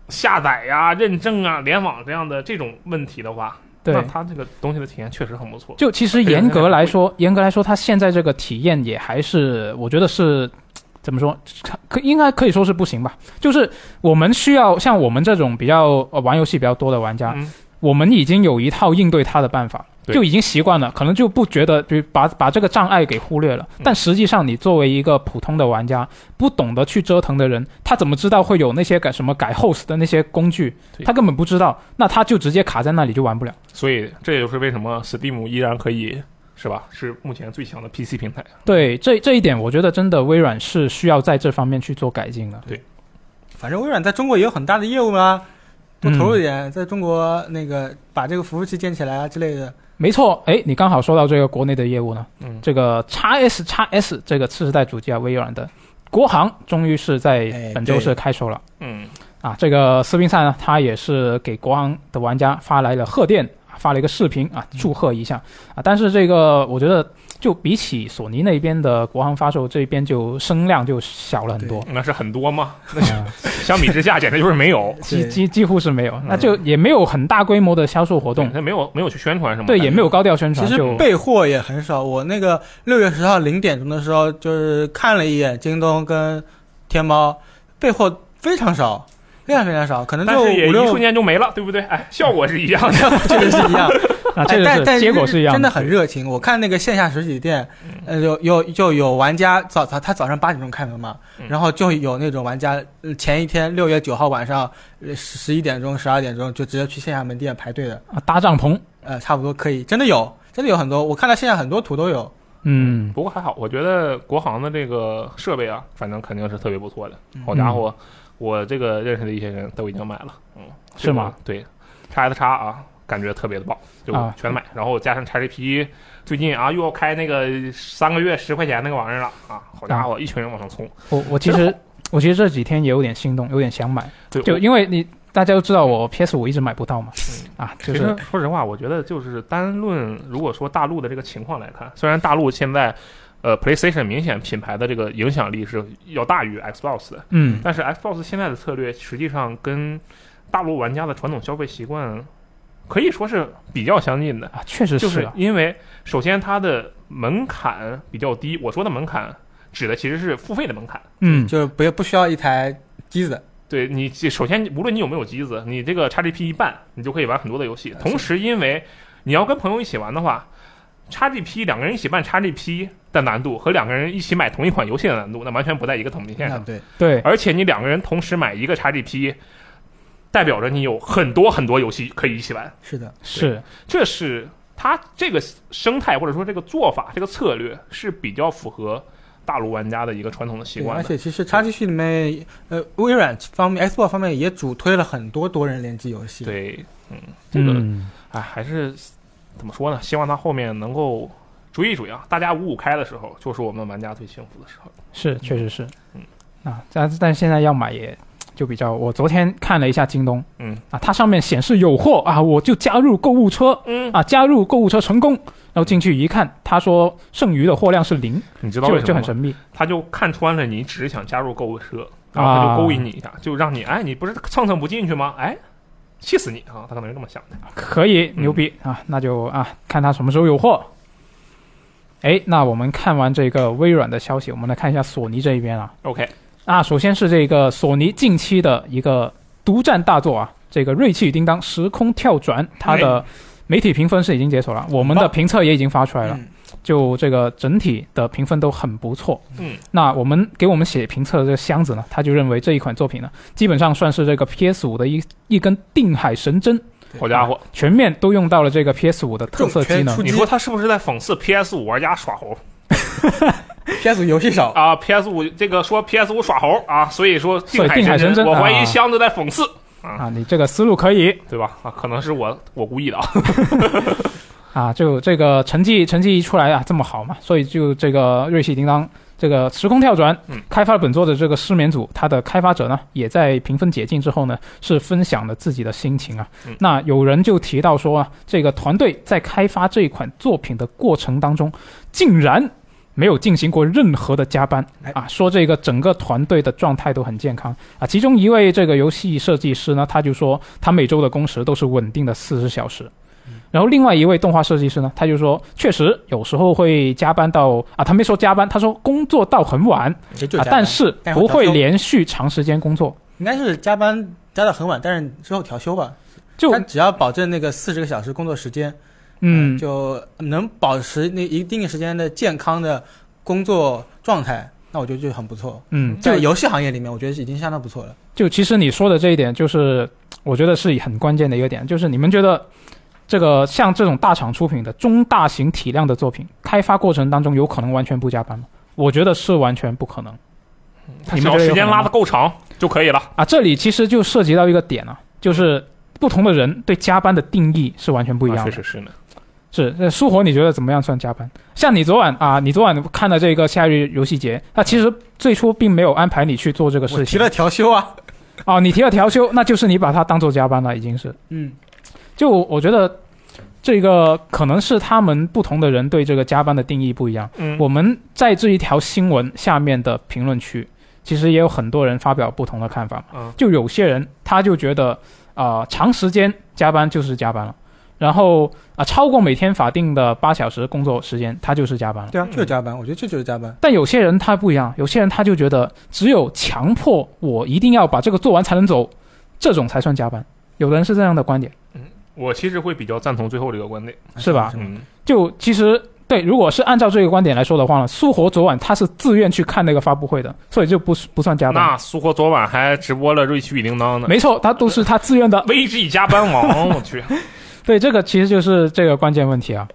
B: 下载呀、认证啊、联网这样的这种问题的话，
A: 对
B: 那，它这个东西的体验确实很不错。
A: 就其实严格来说，严格来说，它现在这个体验也还是，我觉得是怎么说，可应该可以说是不行吧。就是我们需要像我们这种比较呃玩游戏比较多的玩家，
B: 嗯
A: 我们已经有一套应对它的办法，
B: 对
A: 就已经习惯了，可能就不觉得，就把把这个障碍给忽略了。但实际上，你作为一个普通的玩家，不懂得去折腾的人，他怎么知道会有那些改什么改 host 的那些工具？
B: 对
A: 他根本不知道，那他就直接卡在那里就玩不了。
B: 所以这也就是为什么 Steam 依然可以是吧？是目前最强的 PC 平台。
A: 对这这一点，我觉得真的微软是需要在这方面去做改进的。
C: 反正微软在中国也有很大的业务嘛，多投入
A: 嗯
C: 一点，在中国那个把这个服务器建起来啊之类的。
A: 没错，哎，你刚好说到这个国内的业务呢，
B: 嗯，
A: 这个 x S x S 这个次世代主机啊，微软的国行终于是在
C: 哎
A: 本周
C: 对
A: 是开售了。
B: 嗯，
A: 啊，这个斯宾塞呢，他也是给国行的玩家发来了贺电，发了一个视频啊，祝贺一下啊。但是这个我觉得，就比起索尼那边的国行发售，这边就声量就小了很多，
B: 那是很多吗？
A: 啊
B: (laughs) 相比之下，简直就是没有
A: 几
C: 对嗯
A: 几几乎是没有，那就也没有很大规模的销售活动
B: 对，那没有没有去宣传什么，
A: 对，
B: 感觉
A: 也没有高调宣
C: 其
A: 传，
C: 实
A: 就
C: 备货也很少。我那个六月十号零点钟的时候，就是看了一眼京东跟天猫，备货非常少，非常非常少，可能
B: 但
C: 就是
B: 也
C: 五
B: 一
C: 六 (laughs)
B: 瞬间就没了，对不对？
A: (laughs)
B: 哎，效果是一样的。
C: 这个是一样。
A: 啊，
C: 哎
A: 这
C: 但
A: 个
C: 但
A: 是结果是一样嗯
C: 真的很热情。我看那个线下实体店，呃，有有就有玩家早早他早上八点钟开门嘛，
B: 嗯
C: 然后就有那种玩家呃前一天六月九号晚上呃十十一点钟十二点钟就直接去线下门店排队的，
A: 啊搭帐篷，
C: 呃，差不多可以，真的有，真的有很多，我看到线下很多图都有。
A: 嗯，
B: 不过还好，我觉得国行的这个设备啊，反正肯定是特别不错的。
C: 嗯
B: 好家伙，我这个认识的一些人都已经买了，嗯，
A: 是吗？
B: 对，叉 S 叉啊，感觉特别的棒，就
A: 啊
B: 全买。然后加上叉 GP，最近啊又要开那个三个月十块钱那个玩意儿了啊，好家伙，一群人往上冲。
A: 我我其
B: 真
A: 实我其实这几天也有点心动，有点想买，
B: 对，
A: 就
B: 我
A: 因为你大家都知道我 PS 五一直买不到嘛，啊，就
B: 其
A: 是
B: 实说实话，我觉得就是单论如果说大陆的这个情况来看，虽然大陆现在。呃，PlayStation 明显品牌的这个影响力是要大于 Xbox 的，
A: 嗯。
B: 但是 Xbox 现在的策略实际上跟大陆玩家的传统消费习惯可以说是比较相近的，
A: 啊，确实
B: 就是是
A: 啊，
B: 因为首先它的门槛比较低。我说的门槛指的其实是付费的门槛。
A: 嗯，
C: 就不不需要一台机子，
B: 对你，首先无论你有没有机子，你这个 XGP 一办，你就可以玩很多的游戏。同时，因为你要跟朋友一起玩的话，XGP 两个人一起办 XGP 的难度和两个人一起买同一款游戏的难度，那完全不在一个等级线
C: 那
B: 上。
C: 对，
A: 对，
B: 而且你两个人同时买一个 XGP，代表着你有很多很多游戏可以一起玩。
C: 是的，
A: 是，
B: 这是它这个生态或者说这个做法、这个策略是比较符合大陆玩家的一个传统的习
C: 对
B: 惯
C: 而
B: 的。
C: 且其实 XGP 里面，呃，微软方面、Xbox 方面也主推了很多多人联机游戏。，
B: 对，嗯，这个
A: 嗯，
B: 哎，还是怎么说呢？希望它后面能够注意注意啊！大家五五开的时候，就是我们玩家最幸福的时候。
A: 是，确实是
B: 嗯，
A: 啊，但但现在要买也就比较，我昨天看了一下京东
B: 嗯
A: 啊，它上面显示有货啊，我就加入购物车
B: 嗯，
A: 啊，加入购物车成功，然后进去一看，他说剩余的货量是零，
B: 你知道为
A: 就
B: 什
A: 就
B: 么
A: 很
B: 吗？
A: 神秘，
B: 他就看穿了你只是想加入购物车，然后他就勾引你一下，就让你哎，你不是蹭蹭不进去吗？哎，气死你啊！他可能是这么想的。
A: 可以，
B: 嗯
A: 牛逼啊，那就啊，看他什么时候有货。哎，那我们看完这个微软的消息，我们来看一下索尼这一边啊。
B: OK，
A: 啊，首先是这个索尼近期的一个独占大作啊，这个《锐气与叮当：时空跳转》，它的媒体评分是已经解锁了，我们的评测也已经发出来了，
C: 嗯，
A: 就这个整体的评分都很不错。
B: 嗯，
A: 那我们给我们写评测的这个箱子呢，他就认为这一款作品呢，基本上算是这个 PS 五的一一根定海神针，啊
C: 对
B: 好家伙，
A: 全面都用到了这个 PS 五的特色技
C: 重拳
A: 能
C: 出。
B: 你说他是不是在讽刺 PS 五玩家耍猴
C: PS 游戏
A: (laughs)
C: 少，
B: 啊？PS 五这个说 PS 五耍猴啊，所以说定
A: 所以定海
B: 神
A: 神针
B: 我怀
A: 啊
B: 疑箱子在讽刺，
A: 啊，你这个思路可以
B: 对吧？啊，可能是我我故意的啊。
A: 啊，就这个成绩成绩一出来啊，这么好嘛，所以就这个瑞气叮当这个时空跳转，
B: 嗯
A: 开发本作的这个失眠组，它的开发者呢，也在评分解禁之后呢，是分享了自己的心情啊。
B: 嗯
A: 那有人就提到说啊，这个团队在开发这款作品的过程当中，竟然。没有进行过任何的加班
C: 哎
A: 啊，说这个整个团队的状态都很健康啊。其中一位这个游戏设计师呢，他就说他每周的工时都是稳定的四十小时，然后另外一位动画设计师呢，他就说，确实有时候会加班到啊，他没说加班，他说工作到很晚
C: 其实就是
A: 啊，
C: 加班
A: 但是
C: 但是
A: 不
C: 调
A: 会
C: 休
A: 连续长时间工作。
C: 应该是加班加到很晚，但是之后调休吧。
A: 就
C: 他只要保证那个四十个小时工作时间，呃
A: 嗯，
C: 就能保持那一定时间的健康的工作状态，那我觉得就很不错。
A: 嗯，就
C: 在游戏行业里面，我觉得已经相当不错了。
A: 就其实你说的这一点，就是我觉得是很关键的一个点，就是你们觉得这个像这种大厂出品的中大型体量的作品，开发过程当中有可能完全不加班吗？我觉得是完全不可能
B: 你们时间拉的够长就可以了。
A: 啊。这里其实就涉及到一个点啊，就是不同的人对加班的定义是完全不一
B: 啊
A: 样
B: 确
A: 的。
B: 实是呢。
A: 是，那苏活你觉得怎么样算加班？像你昨晚啊，你昨晚看了这个夏日游戏节，那其实最初并没有安排你去做这个
C: 我
A: 事
C: 提
A: 情
C: 了调休啊，
A: 哦，你提了调休，那就是你把它当做加班了，已经是。
C: 嗯，
A: 就我觉得这个可能是他们不同的人对这个加班的定义不一样。
B: 嗯，
A: 我们在这一条新闻下面的评论区，其实也有很多人发表不同的看法嘛。
B: 嗯
A: 就有些人他就觉得啊、呃长时间加班就是加班了，然后啊、超过每天法定的八小时工作时间，他就是加班了。
C: 对啊，就是加班，我觉得这就是加班。
A: 但有些人他不一样，有些人他就觉得只有强迫我一定要把这个做完才能走，这种才算加班。有的人是这样的观点。
B: 我其实会比较赞同最后这个观点。
A: 是
C: 啊
A: 吧
B: 嗯，
A: 就其实对，如果是按照这个观点来说的话呢，苏活昨晚他是自愿去看那个发布会的，所以就不不算加班。
B: 那苏活昨晚还直播了《瑞奇与铃铛》呢，
A: 没错，他都是他自愿
B: (laughs)
A: 的。
B: 为之以加班王，我去，
A: 对，这个其实就是这个关键问题啊。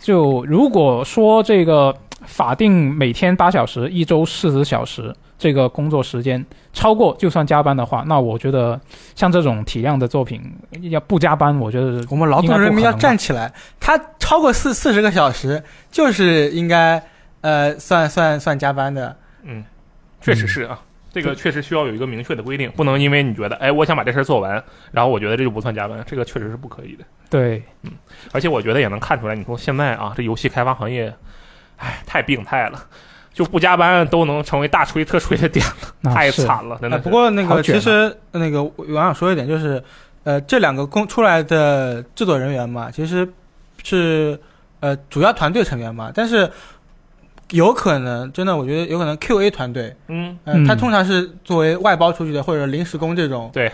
A: 就如果说这个法定每天八小时，一周四十小时这个工作时间超过就算加班的话，那我觉得像这种体量的作品要不加班，我觉得
C: 我们劳动人
A: 应该不
C: 民要
A: 可能吧
C: 站起来，他超过四四十个小时，就是应该呃算算算加班的。
B: 嗯，确实是啊。这个确实需要有一个明确的规定，不能因为你觉得，哎，我想把这事儿做完，然后我觉得这就不算加班，这个确实是不可以的。
A: 对。
B: 而且我觉得也能看出来，你说现在啊，这游戏开发行业，哎，太病态了，就不加班都能成为大吹特吹的点，
A: 那
B: 太
A: 啊是
B: 惨了，真的
C: 哎，
B: 是。
C: 不过那
A: 好
C: 个
A: 卷
C: 其
A: 啊
C: 实那个我想说一点就是，呃，这两个工出来的制作人员嘛，其实是呃主要团队成员嘛，但是有可能真的，我觉得有可能 QA 团队，
B: 嗯，
C: 嗯，他
A: 嗯
C: 通常是作为外包出去的或者临时工这种，
B: 对，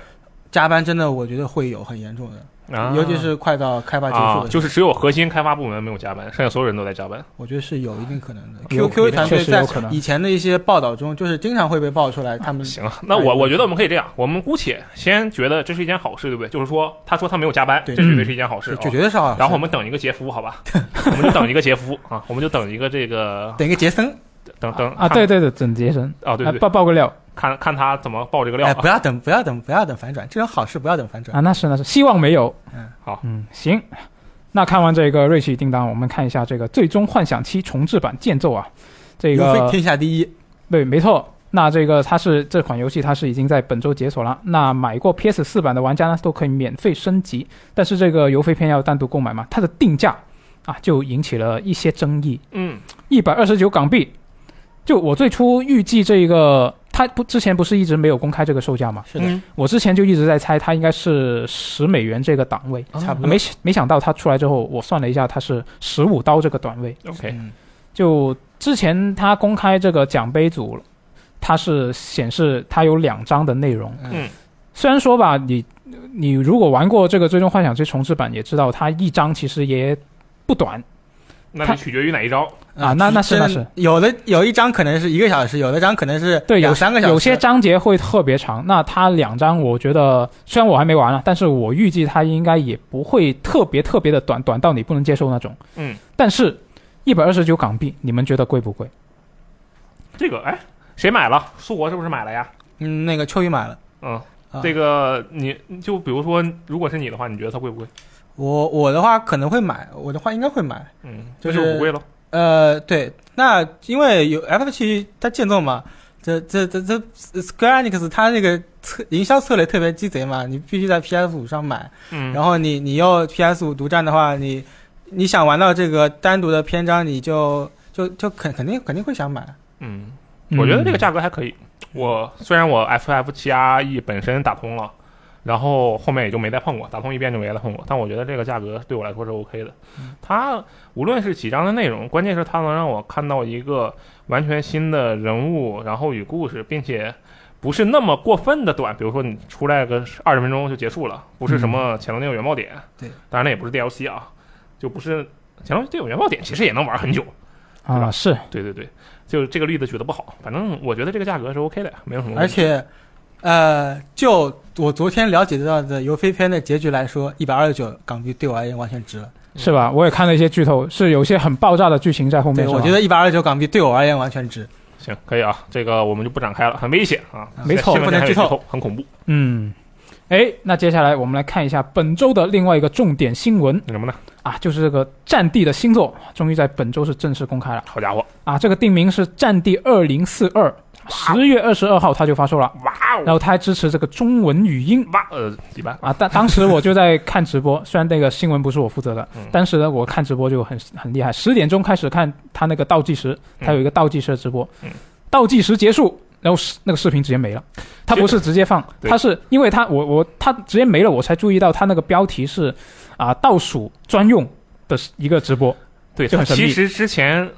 C: 加班真的我觉得会有很严重的，
B: 啊，
C: 尤其是快到开发结束
B: 啊
C: 的，时
B: 就
C: 候，
B: 是只有核心开发部门没有加班，剩下所有人都在加班。
C: 我觉得是有一定可能的。
A: 有
C: Q Q 团
A: 确
C: 队
A: 实
C: 在
A: 有可能
C: 以前的一些报道中，就是经常会被爆出来，他们
B: 行啊，那
C: 哎
B: 我我觉得我们可以这样，我们姑且先觉得这是一件好事，对不对？就是说，他说他没有加班，这
C: 对
B: 绝对是一件好事
C: 是
B: 啊。
C: 就觉得是好事，
B: 然后我们等一个杰夫，好吧？ (laughs) 我们就等一个杰夫啊，我们就等一个这个
C: 等一个杰森，
B: 等等
A: 啊，对对对，整杰森
B: 啊，对
A: 啊
B: 对，对
A: 爆爆个料
B: 看看他怎么爆这个料
C: 哎，
B: 啊。
C: 不要等，不要等，不要等反转，这种好事不要等反转。
A: 啊，那是那是，希望没有。
C: 嗯，
B: 好
A: 嗯，行。那看完这个《瑞奇与叮当》，我们看一下这个《最终幻想七重置版》剑奏啊，这
C: 如非
A: 个
C: 天下第一，
A: 对，没错。那这个它是这款游戏，它是已经在本周解锁了。那买过 PS 四版的玩家呢，都可以免费升级。但是这个游飞片要单独购买嘛，它的定价啊就引起了一些争议。
B: 嗯，
A: 一百二十九港币。就我最初预计这个，它不之前不是一直没有公开这个售价嘛？
C: 是的，
B: 嗯
A: 我之前就一直在猜它应该是十美元这个档位，
C: 差不多。
A: 没想没想到它出来之后，我算了一下，它是十五刀这个段位。
B: ，OK，
C: 嗯
A: 就之前它公开这个奖杯组，它是显示它有两张的内容。
B: 嗯
C: 嗯，
A: 虽然说吧，你你如果玩过这个《最终幻想七重置版》，也知道它一张其实也不短，
B: 那
A: 他
B: 就取决于哪一招。
A: 啊那那是
C: 真的
A: 那是
C: 有的有一张可能是一个小时，有的张可能是
A: 对，
C: 有三个小时，
A: 有些章节会特别长。那它两张，我觉得虽然我还没玩啊，但是我预计它应该也不会特别特别的短，短到你不能接受那种。
B: 嗯，
A: 但是一百二十九港币，你们觉得贵不贵？
B: 这个哎，谁买了？苏国是不是买了呀？
C: 嗯，那个秋雨买了。
B: 嗯
C: 啊，
B: 这个你就比如说，如果是你的话，你觉得它贵不贵？
C: 我我的话可能会买，我的话应该会买。
B: 嗯，
C: 就
B: 这
C: 是
B: 就不贵了。
C: 呃，对，那因为有 F 七它渐奏嘛，这这这这 Square Enix 它那个策营销策略特别鸡贼嘛，你必须在 PS 五上买，
B: 嗯，
C: 然后你你要 PS 五独占的话，你你想玩到这个单独的篇章，你就就就肯肯定肯定会想买。
B: 嗯，我觉得这个价格还可以。我虽然我 FF 七 RE E 本身打通了，然后后面也就没再碰过，打通一遍就没再碰过。但我觉得这个价格对我来说是 OK 的。它无论是几章的内容，关键是它能让我看到一个完全新的人物，然后与故事，并且不是那么过分的短。比如说你出来个二十分钟就结束了，不是什么《潜龙电影原爆点》
C: 对，
B: 当然那也不是 DLC 啊，就不是《潜龙电影原爆点》，其实也能玩很久。对
A: 啊，
B: 吧
A: 是
B: 对对对，就是这个例子举的不好，反正我觉得这个价格是 OK 的，没有什么问题。
C: 而且，呃，就我昨天了解到的游飞篇的结局来说，一百二十九港币对我而言完全值了。
A: 是吧？我也看了一些剧透，是有些很爆炸的剧情在后面。
C: 嗯对，
B: 啊
A: 是吧
C: 我觉得一百二十九港币对我而言完全值。
B: 行，可以啊，这个我们就不展开了，很危险啊，
A: 没错
B: 新闻里
C: 不能
B: 还有
C: 剧透
B: 透，很恐怖，
A: 嗯，哎，那接下来我们来看一下本周的另外一个重点新闻
B: 那什么呢？
A: 啊，就是这个《战地》的新作终于在本周是正式公开了
B: 好家伙，
A: 啊，这个定名是《战地二零四二》，十月二十二号它就发售了，
B: 哇
A: 然
B: 哦，
A: 后它还支持这个中文语音。
B: 哇呃，一般
A: 啊，当当时我就在看直播， (laughs) 虽然那个新闻不是我负责的
B: 嗯，
A: 当时呢我看直播就很很厉害，十点钟开始看他那个倒计时，他有一个倒计时的直播
B: 嗯，
A: 倒计时结束，然后视那个视频直接没了，他不是直接放，
B: 对
A: 他是因为他我我他直接没了，我才注意到他那个标题是啊倒数专用的一个直播
B: 对，
A: 就很神秘
B: 其实之前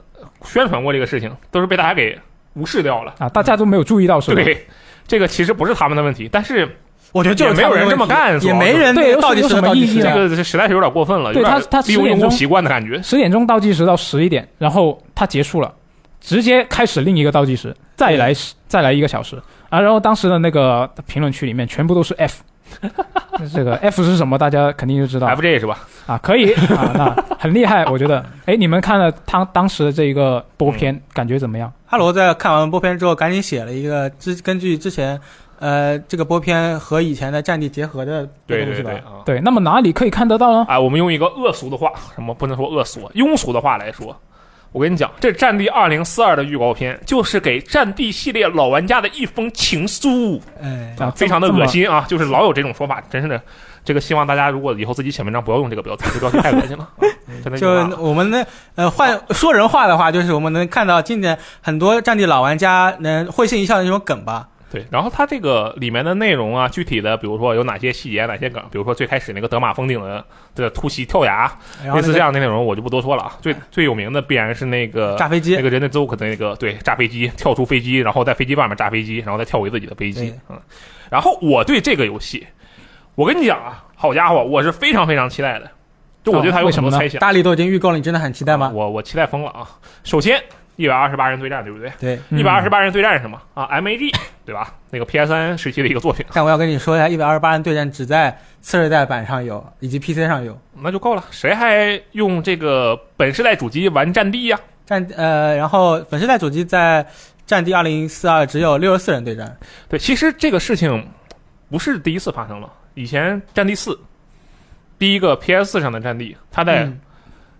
B: 宣传过这个事情，都是被大家给无视掉了。
A: 啊，大家都没有注意到是吧？
B: 对，这个其实不是他们的问题，但是
C: 我觉得就
B: 也没
C: 是
B: 有人这么干
C: 也没人
A: 对有
C: 到底
A: 有
C: 是
A: 什么
C: 到底
A: 意
C: 是
A: 义
C: 这
A: 呢
C: 样
B: 啊这个实在是有点过分了，
A: 对
B: 有点
A: 他他
B: 利用
A: 10点
B: 用户
A: 钟
B: 习惯的感觉。
A: 十点钟倒计时到十一点，然后他结束了，直接开始另一个倒计时，再来十再来一个小时啊。然后当时的那个评论区里面全部都是
B: (laughs)
A: F，这个 F 是什么？大家肯定就知道
B: FJ 是吧？
A: 啊，可以啊，那很厉害，我觉得。哎，你们看了他当时的这个播
B: 嗯
A: 片，感觉怎么样？
C: 哈罗在看完播片之后，赶紧写了一个之根据之前，呃，这个播片和以前的战地结合的
B: 对
C: 东西
B: 对对
C: 吧。
B: 啊。
A: 对，那么哪里可以看得到呢？
B: (laughs) 啊，我们用一个恶俗的话，什么不能说恶俗，庸俗的话来说，我跟你讲，这《战地二零四二》的预告片就是给《战地》系列老玩家的一封情书，
C: 哎，
A: 啊，
B: 非常的
A: 这么
B: 恶。心啊！就是老有这种说法，真是的。这个希望大家如果以后自己写文章不要用这个标题，这标题太恶心了，啊真的
C: 就
B: 有点啊
C: 我们能呃换说人话的话，就是我们能看到今年很多战地老玩家能会心一笑的那种梗吧。
B: 对。然后它这个里面的内容啊，具体的比如说有哪些细节、哪些梗，比如说最开始那个德玛封顶的的突袭跳崖，
C: 然后
B: 类似这
C: 那
B: 样的内容我就不多说了啊。最最有名的必然是那个
C: 个炸飞
B: 那
C: 机，
B: 个人的 Zook 的那个对炸飞机，跳出飞机，然后在飞机外面炸飞机，然后再跳回自己的飞机
C: 对。
B: 嗯，然后我对这个游戏，我跟你讲啊，好家伙，我是非常非常期待的。就我觉得它有很多猜想，
C: 大力都已经预告了，你真的很期待吗？
B: 我我期待疯了啊！首先，一百二十八人对战，对不对？
C: 对，
A: 嗯
B: 一百二十八人对战是什么啊？MAG 对吧？那个 PS 三时期的一个作品，
C: 但我要跟你说一下，一百二十八人对战只在次世代版上有，以及 PC 上有。
B: 那就够了。谁还用这个本世代主机玩战地呀、
C: 战呃，然后本世代主机在《战地二零四二》只有六十四人对战，
B: 对，其实这个事情不是第一次发生了。以前《战地四》第一个 PS 四上的《战地》，它在
C: 嗯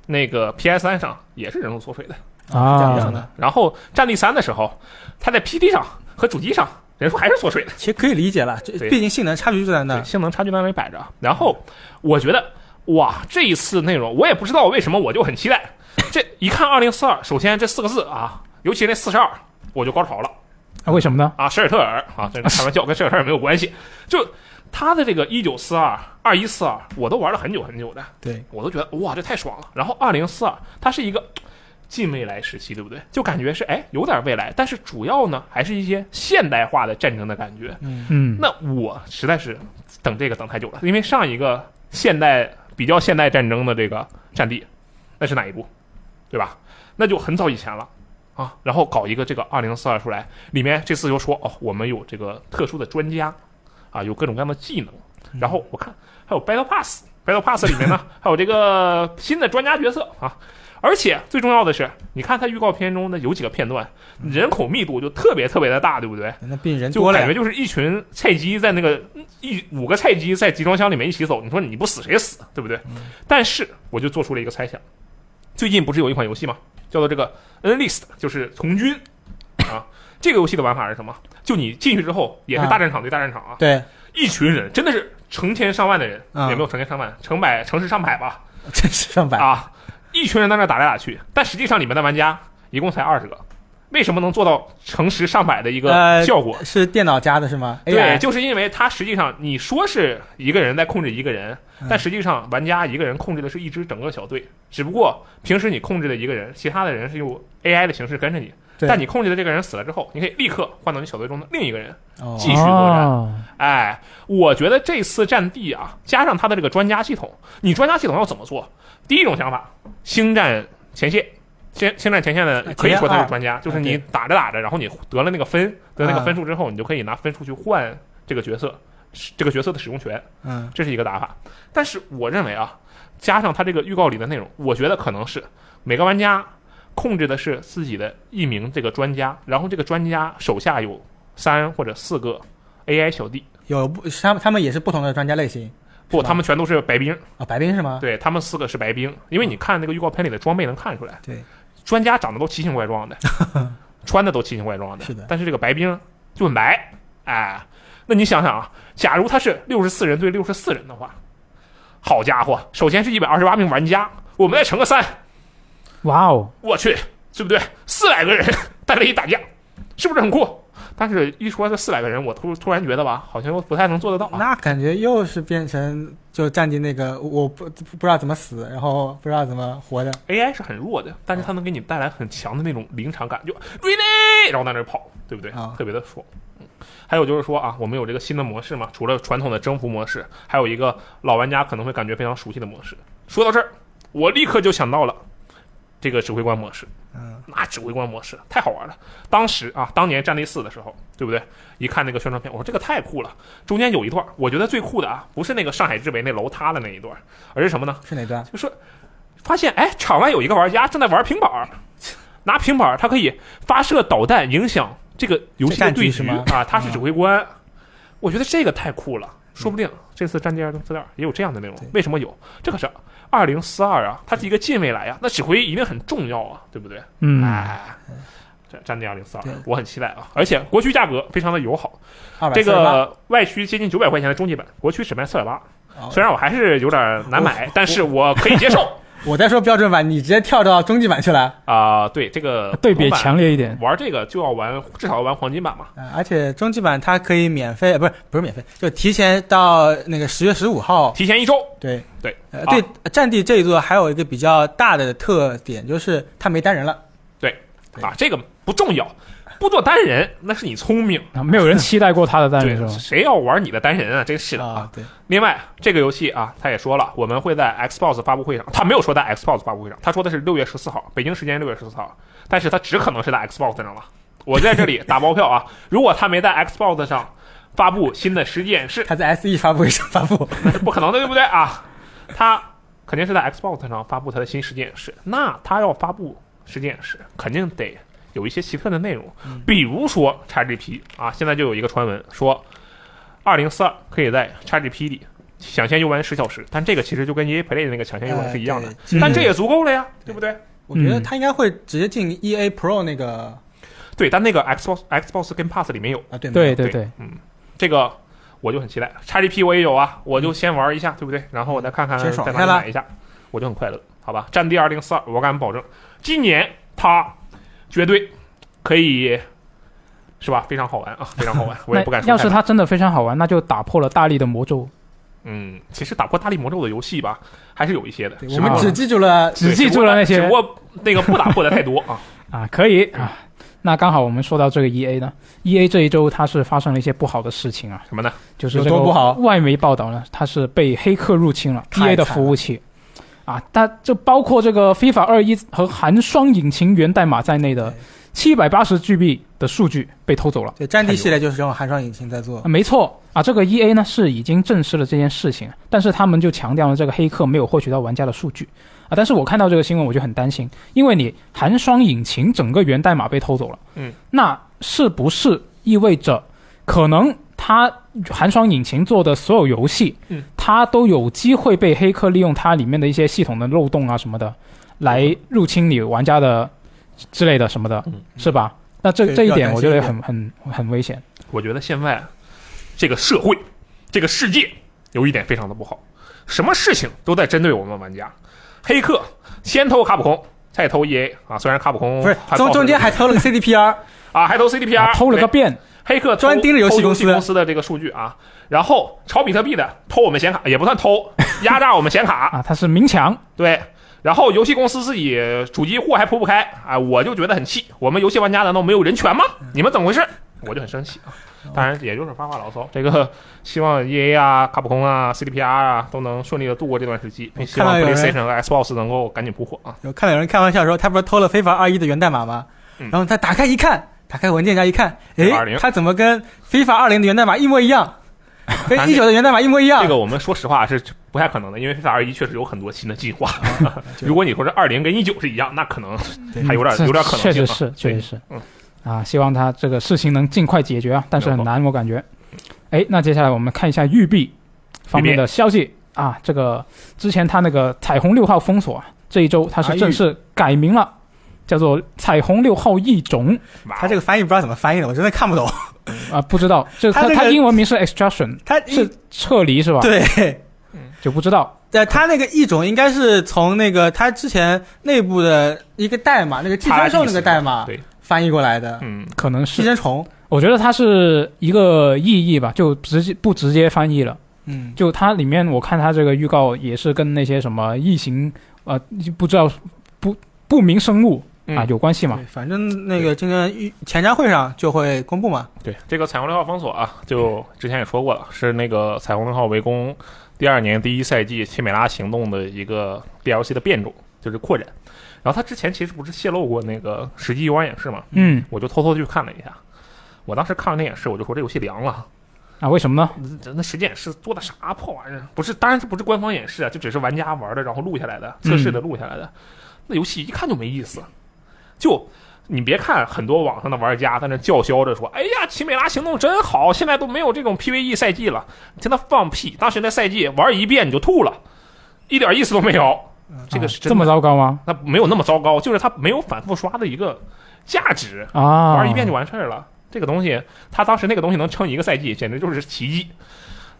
B: 那个 PS 三上也是人肉缩水的。
C: 这
A: 啊
C: 样的，
B: 然后《战地三》的时候，它在 PD 上和主机上人数还是缩水的，
C: 其实可以理解了，这
B: 对
C: 毕竟性能差距就在那
B: 对，
C: 儿。
B: 性能差距在那里摆着。啊然后我觉得，哇，这一次内容我也不知道为什么，我就很期待。这一看二零四二，首先这四个字啊，尤其那四十二，我就高潮了。
A: 啊为什么呢？
B: 啊，舍尔特尔啊，这开玩笑，跟舍尔特尔没有关系。就他的这个一九四二、二一四二，我都玩了很久很久的，
C: 对，
B: 我都觉得哇，这太爽了。然后二零四二，它是一个近未来时期，对不对？就感觉是哎，有点未来，但是主要呢还是一些现代化的战争的感觉。
C: 嗯，
A: 嗯，
B: 那我实在是等这个等太久了，因为上一个现代比较现代战争的这个战地，那是哪一部，对吧？那就很早以前了啊。然后搞一个这个二零四二出来，里面这次又说哦，我们有这个特殊的专家啊，有各种各样的技能。然后我看还有 Battle Pass，Battle Pass 里面呢还有这个新的专家角色啊。而且最重要的是，你看它预告片中的有几个片段，人口密度就特别特别的大，对不对？
C: 那毕竟人
B: 就
C: 多了
B: 感觉
C: 呀，
B: 就是一群菜鸡在那个一五个菜鸡在集装箱里面一起走，你说你不死谁死，对不对？
C: 嗯
B: 但是我就做出了一个猜想，最近不是有一款游戏吗？叫做这个 N List，就是从军啊。这个游戏的玩法是什么？就你进去之后也是
C: 啊
B: 大战场对大战场啊，
C: 对，
B: 一群人真的是成千上万的人，
C: 啊哎
B: 也没有成千上万，成百、成十上百吧啊
C: 真是上百。
B: 啊，一群人在那打来打去，但实际上里面的玩家一共才二十个，为什么能做到乘十上百的一个
C: 呃
B: 效果？
C: 是电脑加的是吗？
B: 对，
C: AI
B: 就是因为它实际上你说是一个人在控制一个人，但实际上玩家一个人控制的是一支整个小队，只不过平时你控制的一个人，其他的人是用 AI 的形式跟着你，
C: 对
B: 但你控制的这个人死了之后，你可以立刻换到你小队中的另一个人。
C: 哦
B: 继续作战哎，我觉得这次战地啊，加上它的这个专家系统，你专家系统要怎么做？第一种想法，星战前线。星星战前线的
C: 前
B: 可以说他
C: 线
B: 是
C: 二
B: 专家，就是
C: 啊
B: 你
C: 对
B: 打着打着，然后你得了那个分，得了那个
C: 啊
B: 分数之后，你就可以拿分数去换这个角色，是这个角色的使用权。
C: 嗯
B: 这是一个打法。但是我认为啊，加上他这个预告里的内容，我觉得可能是每个玩家控制的是自己的一名这个专家，然后这个专家手下有三或者四个 AI 小弟，
C: 有不他们他们也是不同的专家类型
B: 不，
C: 是吧
B: 他们全都是白兵，
C: 啊、白冰是吗？
B: 对他们四个是白兵，因为你看那个预告片里的装备能看出来，
C: 对，
B: 专家长得都奇形怪
C: (laughs)
B: 状的，穿的都奇形怪状的，
C: 是的
B: 但是这个白兵就很白，哎，那你想想啊，假如他是六十四人对六十四人的话，好家伙，首先是一百二十八名玩家，我们再乘个三，
A: 哇哦，
B: 我去，对不对？四百个人 (laughs) 带了一打架，是不是很酷？但是，一说这四百个人，我突突然觉得吧，好像又不太能做得到、啊。
C: 那感觉又是变成就战地那个我不不知道怎么死，然后不知道怎么活的。
B: AI 是很弱的，但是它能给你带来很强的那种临场感，就 ready，然后在那儿跑，对不对？
C: 啊
B: 特别的爽。嗯还有就是说啊，我们有这个新的模式嘛，除了传统的征服模式，还有一个老玩家可能会感觉非常熟悉的模式。说到这儿，我立刻就想到了这个指挥官模式。
C: 嗯，
B: 那指挥官模式太好玩了。当时啊，当年《战地四》的时候，对不对？一看那个宣传片，我说这个太酷了。中间有一段，我觉得最酷的啊，不是那个上海之北那楼塌的那一段，而是什么呢？
C: 是哪段？
B: 就是发现哎，场外有一个玩家正在玩平板儿，拿平板儿他可以发射导弹影响这个游戏的对局
C: 这战局是吗嗯
B: 啊，他是指挥官，我觉得这个太酷了。说不定这次《战地二零四二》也有这样的内容
C: 对，
B: 为什么有？这可是二零四二啊，它是一个近未来啊，那指挥一定很重要啊，对不对？
A: 嗯，
B: 哎，这《战地二零四二
C: 对》
B: 我很期待啊，而且国区价格非常的友好，
C: 二百
B: 这个外区接近九百块钱的终极版，国区只卖四百八，
C: 哦
B: 虽然我还是有点难买，但是我可以接
C: (laughs)
B: 受。
C: 我在说标准版，你直接跳到终极版去了。
B: 啊、对这个
A: (laughs) 对比
B: 普通版
A: 强烈一点。
B: 玩这个就要玩，至少要玩黄金版嘛。
C: 啊，而且终极版它可以免费，呃不是不是免费，就提前到那个十月十五号。
B: 提前一周，
C: 对
B: 对，
C: 呃，
B: 啊
C: 对，战地这一座还有一个比较大的特点就是它没单人了。对
B: 啊，这个不重要，不做单人那是你聪明。
A: 啊没有人期待过他的单人是
B: 对，
A: 吧？
B: 谁要玩你的单人啊？这个是的
C: 啊，对，
B: 另外，这个游戏啊，他也说了，我们会在 Xbox 发布会上，他没有说在 Xbox 发布会上，他说的是六月十四号，北京时间六月十四号，但是他只可能是在 Xbox 上了。我在这里打包票啊，如果他没在 Xbox 上发布新的实际演示，
C: 它在 SE 发布会上发布。
B: 那是不可能的，对不对啊？他肯定是在 Xbox 上发布他的新实际演示，那他要发布实际演示，肯定得有一些奇特的内容，比如说 XGP 啊，现在就有一个传闻说，二零四二可以在 XGP 里抢先游玩十小时，但这个其实就跟 EA Play 的那个抢先游玩是一样的，
C: 呃对
A: 嗯
B: 但这也足够了呀，对不对？
C: 我觉得
A: 嗯
C: 它应该会直接进 EA Pro 那个
B: 对，但那个 Xbox Xbox 跟 Pass 里面有，
C: 啊，对没
A: 对
C: 有
A: 对对，
B: 嗯，这个。我就很期待，XGP 我也有啊，我
A: 嗯
B: 就先玩一下，对不对？然后我再看看
C: 先爽
B: 再
C: 一
B: 哪
C: 下
B: 里
C: 啦
B: 买一下，我就很快乐，好吧？《战地二零四二》，我敢保证，今年它绝对可以，是吧？非常好玩啊，非常好玩，我也不敢
A: 那
B: 说。
A: 要是，它真的非常好玩，那就打破了大力的魔咒，
B: 嗯，其实打破大力魔咒的游戏吧，还是有一些的，
C: 对
B: 只
C: 我
B: 不
C: 们
B: 过
C: 只记住了
A: 只记住了那些
B: 只不过那个不打破的太多啊。
A: 啊，可以啊。那刚好我们说到这个 E A 呢，E A 这一周它是发生了一些不好的事情啊，
B: 什么呢？
A: 就是
C: 有
A: 这
C: 多
A: 个
C: 不好
A: 外媒报道呢，它是被黑客入侵了 E
C: 太
A: A 的
C: 惨
A: 服务器，啊，它就包括这个 FIFA 二一和寒霜引擎源代码在内的七百八十 GB 的数据被偷走了。
C: 对，战地系列就是这种寒霜引擎在做
A: 啊，没错啊，这个 E A 呢是已经证实了这件事情，但是他们就强调了这个黑客没有获取到玩家的数据啊。但是我看到这个新闻，我就很担心，因为你寒霜引擎整个源代码被偷走了，
B: 嗯，
A: 那是不是意味着可能它寒霜引擎做的所有游戏，
B: 嗯，
A: 它都有机会被黑客利用它里面的一些系统的漏洞啊什么的，来入侵你玩家的之类的什么的，
B: 嗯
A: 是吧？那这
C: 对
A: 这一
C: 比较
A: 点
C: 担
A: 我
C: 心
A: 觉得
C: 一点
A: 很很很危险。
B: 我觉得现在这个社会、这个世界有一点非常的不好，什么事情都在针对我们玩家。黑客先偷卡普空，他也偷 EA 啊，虽然卡普空
C: 不是
B: 还
C: 中
B: 抱着
C: 中间还偷了个 CDPR，
B: 啊还偷 CDPR，
A: 啊偷了个遍，
B: 黑客偷
C: 专盯着游
B: 偷
C: 戏公
B: 公
C: 司
B: 司的这个数据啊，然后炒比特币的偷我们显卡也不算偷， (laughs) 压榨我们显卡，
A: 啊，他是明抢，
B: 对。然后游戏公司自己主机货还铺不开啊，我就觉得很气。我们游戏玩家难道没有人权吗？你们怎么回事？我就很生气啊。
C: 嗯
B: 当然，也就是发发牢骚。这
C: (laughs)
B: 个希望 E A 啊、卡普空啊、C D P R 啊都能顺利的度过这段时期，并希望
C: 嗯看到有人
B: PlayStation 和 Xbox 能够赶紧铺货啊。
C: (laughs) 有看到有人开玩笑说他不是偷了非法二一的源代码吗？
B: 嗯
C: 然后他打开一看，打开文件夹一看，诶
B: 20，
C: 他怎么跟非法二零的源代码一模
B: (laughs)
C: 一样，
B: 啊
C: 跟一九的源代码一模一样？
B: 这个我们说实话是不太可能的，因为 FIFA 二一确实有很多新的进化。
C: 嗯
B: (laughs) 如果你说是二零跟一九是一样，那可能还有点
A: 嗯这
B: 有点可能性啊嗯
A: 确实是，确实是，啊，希望他这个事情能尽快解决啊，但是很难，我感觉。哎，那接下来我们看一下育碧方面的消息啊，这个之前他那个彩虹六号封锁啊，这一周他是正式改名了，叫做彩虹六号异种
C: 他这
B: 个
C: 个翻译不知道怎么翻译的，我真的看不懂。
A: 啊，不知道这
C: 他这个
A: 他英文名是 extraction，
C: 他
A: 是撤离是吧？，
C: 对，
A: 就不知道
C: 对，他那个异种应该是从那个他之前内部的一个代码，那个寄生兽那个代码
B: 对，
C: 翻译过来的
B: 嗯，
A: 可能是，
C: 寄生虫。
A: 我觉得它是一个意义吧，就直接不直接翻译了。
C: 嗯，
A: 就它里面，我看它这个预告也是跟那些什么异形，呃，就不知道不不明生物啊
B: 嗯
A: 有关系嘛
C: 对，？反正那个今天预前瞻会上就会公布嘛。
B: 对，这个彩虹六号封锁啊，就之前也说过了，是那个彩虹六号围攻第二年第一赛季切美拉行动的一个 DLC 的变种，就是扩展。然后他之前其实不是泄露过那个实际游玩演示嘛，
A: 嗯
B: 我就偷偷地去看了一下。我当时看完那演示，我就说这游戏凉了，
A: 啊，为什么呢？
B: 那那实际演示做的啥破玩意儿？不是，当然这不是官方演示啊，就只是玩家玩的，然后录下来的，测
A: 嗯
B: 试的录下来的。那游戏一看就没意思，就。你别看很多网上的玩家在那叫嚣着说：“哎呀，奇美拉行动真好，现在都没有这种 PVE 赛季了。”听他放屁！当时那赛季玩一遍你就吐了，一点意思都没有。这个
A: 啊
B: 是真
A: 这么
B: 的，
A: 糟糕吗？
B: 那没有那么糟糕，就是它没有反复刷的一个价值。
A: 啊，
B: 玩一遍就完事儿了。这个东西，他当时那个东西能撑一个赛季，简直就是奇迹。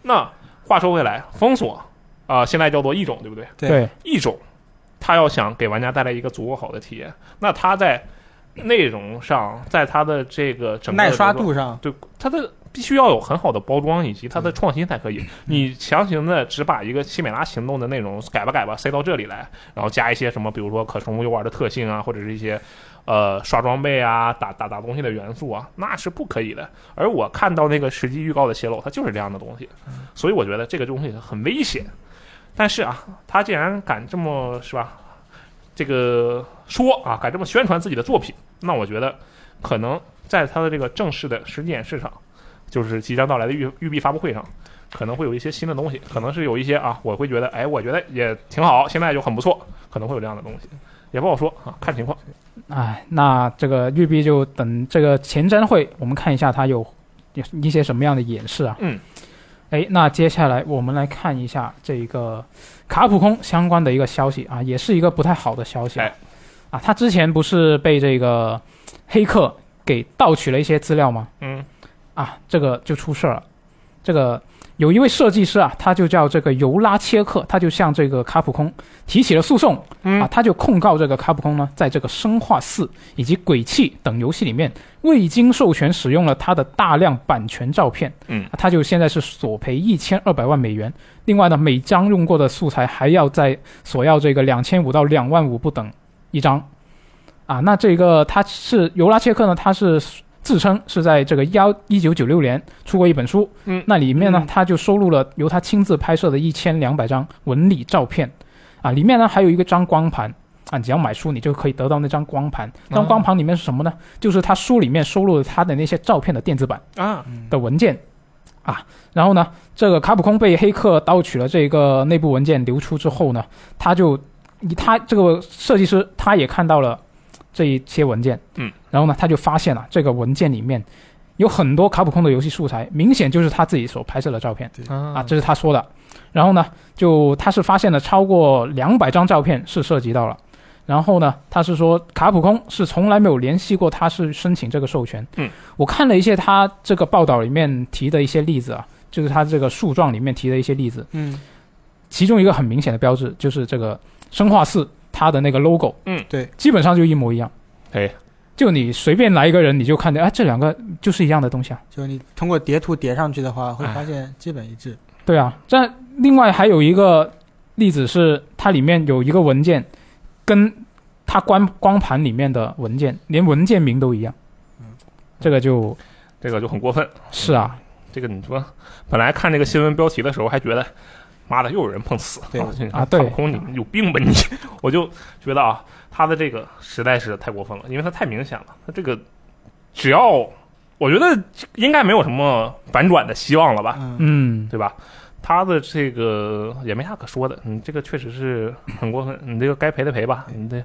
B: 那话说回来，封锁啊、现在叫做异种，对不对？
C: 对
A: 对，
B: 异种，他要想给玩家带来一个足够好的体验，那他在内容上，在他的这个整个
C: 耐刷
B: 流动，
C: 度上，
B: 对他的必须要有很好的包装以及它的创新才可以。你强行的只把一个西美拉行动的内容改吧改吧塞到这里来，然后加一些什么，比如说可重复游玩的特性啊，或者是一些呃刷装备啊、打打打东西的元素啊，那是不可以的。而我看到那个实际预告的泄露，它就是这样的东西，所以我觉得这个东西很危险。但是啊，他竟然敢这么是吧？这个说啊，敢这么宣传自己的作品，那我觉得可能在他的这个正式的实际演示上，就是即将到来的育育碧发布会上，可能会有一些新的东西，可能是有一些啊，我会觉得，哎，我觉得也挺好，现在就很不错，可能会有这样的东西，也不好说啊，看情况。
A: 哎，那这个育碧就等这个前瞻会，我们看一下它有有一些什么样的演示啊。
B: 嗯。
A: 哎，那接下来我们来看一下这个卡普空相关的一个消息啊，也是一个不太好的消息啊
B: 哎。
A: 啊，他之前不是被这个黑客给盗取了一些资料吗？
B: 嗯
A: 啊，这个就出事儿了。这个有一位设计师啊，他就叫这个尤拉切克，他就向这个卡普空提起了诉讼，啊
B: 嗯，，
A: 他就控告这个卡普空呢，在这个《生化四》以及《鬼泣》等游戏里面未经授权使用了他的大量版权照片，
B: 嗯
A: 啊他就现在是索赔一千二百万美元。另外呢，每张用过的素材还要再索要这个两千五到两万五不等一张。啊，那这个他是尤拉切克呢，他是自称是在这个幺一九九六年出过一本书，
B: 嗯
A: 那里面呢
C: 嗯，
A: 他就收录了由他亲自拍摄的一千两百张纹理照片，啊，里面呢还有一个张光盘。啊，你只要买书，你就可以得到那张光盘。那张光盘里面是什么呢？就是他书里面收录了他的那些照片的电子版。
B: 啊，
A: 的文件啊。然后呢，这个卡普空被黑客盗取了这个内部文件流出之后呢，他就以他这个设计师他也看到了这一些文件，
B: 嗯，
A: 然后呢，他就发现了这个文件里面有很多卡普空的游戏素材，明显就是他自己所拍摄的照片。啊，
B: 啊
A: 这是他说的。然后呢，就他是发现了超过两百张照片是涉及到了。然后呢，他是说卡普空是从来没有联系过他是申请这个授权。
B: 嗯，
A: 我看了一些他这个报道里面提的一些例子啊，就是他这个诉状里面提的一些例子，
C: 嗯，
A: 其中一个很明显的标志就是这个《生化四》，它的那个 logo，
B: 嗯，
C: 对，
A: 基本上就一模一样。
B: 哎，
A: 就你随便来一个人，你就看见，哎，这两个就是一样的东西啊。
C: 就是你通过叠图叠上去的话，会
B: 哎
C: 发现基本一致。
A: 对啊，但另外还有一个例子是，它里面有一个文件，跟它光光盘里面的文件，连文件名都一样。
B: 嗯
A: 这个就
B: 这个就很过分。
A: 是啊，
B: 这个你说，本来看这个新闻标题的时候还觉得，妈的又有人碰瓷
C: 对
B: 啊这
A: 啊对
B: 看不空你有病吧你？我就觉得啊，他的这个实在是太过分了，因为他太明显了。他这个只要我觉得应该没有什么反转的希望了吧，
C: 嗯，
A: 嗯，
B: 对吧？他的这个也没啥可说的，你这个确实是很过分，你这个该赔的赔吧，你这，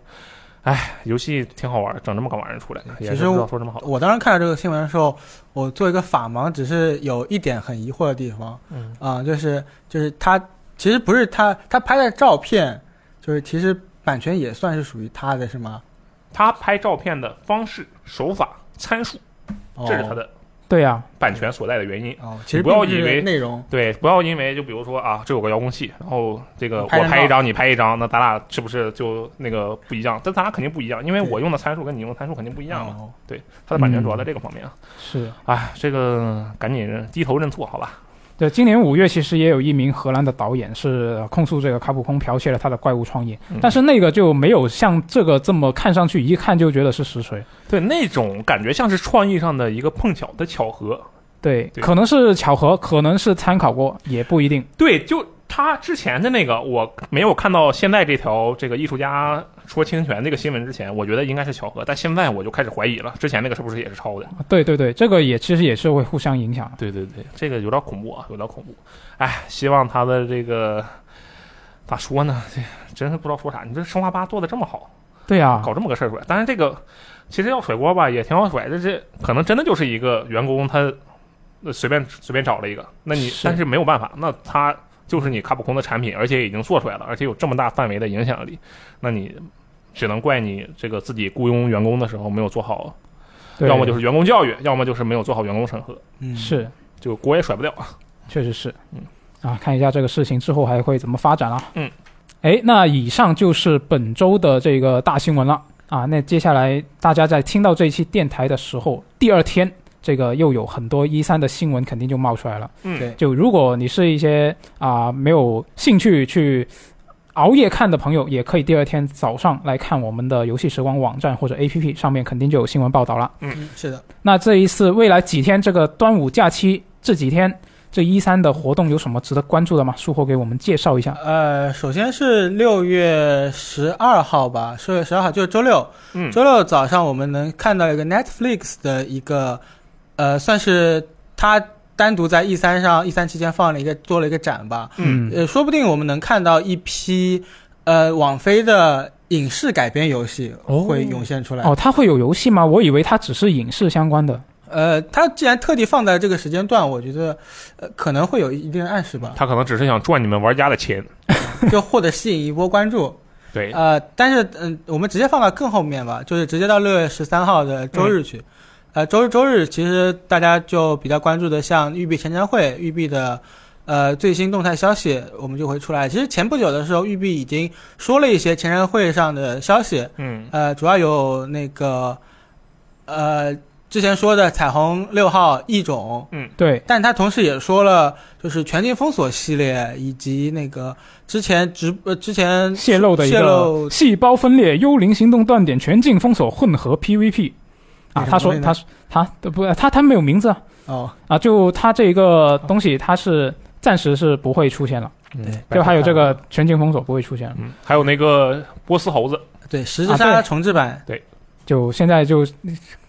B: 哎，游戏挺好玩，整这么个玩意儿出来，也
C: 嗯其
B: 是
C: 实
B: 不知道说什么好。
C: 我当时看到这个新闻的时候，我做一个法盲，只是有一点很疑惑的地方
B: 嗯，
C: 啊、就是就是他其实不是他他拍的照片，就是其实版权也算是属于他的是吗？
B: 他拍照片的方式、手法、参数，
C: 哦
B: 这是他的
A: 对啊，
B: 版权所在的原因。
C: 哦，其实
B: 你不要
C: 并是
B: 以为
C: 内容
B: 对，不要因为就比如说啊，这有个遥控器，然后这个我
C: 拍张
B: 拍一张，你拍一张，那咱俩是不是就那个不一样？但咱俩肯定不一样，因为
C: 对
B: 我用的参数跟你用的参数肯定不一
C: 一
B: 样嘛。
C: 哦、
B: 它的版权主要在这个方面啊。
A: 是。
B: 哎，这个赶紧认低头认错，好吧？
A: 对，今年五月其实也有一名荷兰的导演是控诉这个卡普空剽窃了他的怪物创意，
B: 嗯
A: 但是那个就没有像这个这么看上去一看就觉得是实锤。
B: 对，那种感觉像是创意上的一个碰巧的巧合。
A: 对，
B: 对
A: 可能是巧合，可能是参考过，也不一定。
B: 对，就他之前的那个，我没有看到现在这条这个艺术家说侵权这个新闻之前，我觉得应该是巧合，但现在我就开始怀疑了，之前那个是不是也是抄的？
A: 对对对，这个也其实也是会互相影响的。
B: 对对对，这个有点恐怖啊，有点恐怖。哎，希望他的这个咋说呢？这真是不知道说啥。你这生化八做的这么好，
A: 对啊，
B: 搞这么个事儿出来，但是这个其实要甩锅吧，也挺好甩的。这可能真的就是一个员工他呃随便随便找了一个，那你
A: 是
B: 但是没有办法，那他就是你卡普空的产品，而且已经做出来了，而且有这么大范围的影响力，那你只能怪你这个自己雇佣员工的时候没有做好，
A: 对
B: 要么就是员工教育，要么就是没有做好员工审核，
C: 嗯
A: 是，
B: 就锅也甩不掉啊。
A: 确实是。
B: 嗯，
A: 啊，看一下这个事情之后还会怎么发展啊。
B: 嗯，
A: 哎，那以上就是本周的这个大新闻了啊。那接下来大家在听到这一期电台的时候，第二天。这个又有很多一三的新闻肯定就冒出来了。
B: 嗯
C: 对
A: 就如果你是一些啊、没有兴趣去熬夜看的朋友，也可以第二天早上来看我们的游戏时光网站或者 APP 上面肯定就有新闻报道了。
C: 嗯是的，
A: 那这一次未来几天这个端午假期这几天这一三的活动有什么值得关注的吗？术后给我们介绍一下。
C: 呃，首先是六月十二号吧，六月十二号就是周六，
B: 嗯，
C: 周六早上我们能看到一个 Netflix 的一个，呃，算是它单独在 E 三上 E 三期间放了一个做了一个展吧，
B: 嗯
A: 嗯
C: 呃，说不定我们能看到一批，呃，网飞的影视改编游戏
A: 哦
C: 会涌现出来。
A: 哦，它会有游戏吗？我以为它只是影视相关的。
C: 呃，它既然特地放在这个时间段，我觉得，呃，可能会有一定的暗示
A: (laughs)
C: 吧，
B: 他可能只是想赚你们玩家的钱。
C: 就或者吸引一波关注。
B: 对，
C: 呃，但是嗯、我们直接放到更后面吧，就是直接到六月十三号的周日去。呃，周日周日其实大家就比较关注的，像育碧前瞻会、育碧的呃最新动态消息，我们就会出来。其实前不久的时候，育碧已经说了一些前瞻会上的消息，
B: 嗯
C: 呃，主要有那个呃之前说的彩虹六号异种，
A: 对，
C: 但他同时也说了，就是全境封锁系列以及那个之前直呃之前
A: 泄露的一
C: 泄
A: 个
C: 露
A: 细胞分裂、幽灵行动、断点、全境封锁、混合 PVP。啊，他说
C: 那什么东西呢
A: 他他不他他没有名字啊
C: 哦，
A: 啊，就他这个东西它是暂时是不会出现了，
C: 对
B: 嗯，
A: 就还有这个全境封锁不会出现了。
B: 嗯，还有那个波斯猴子，
C: 对，十字
A: 啊
C: 杀
A: 对
C: 重置版，
A: 就现在就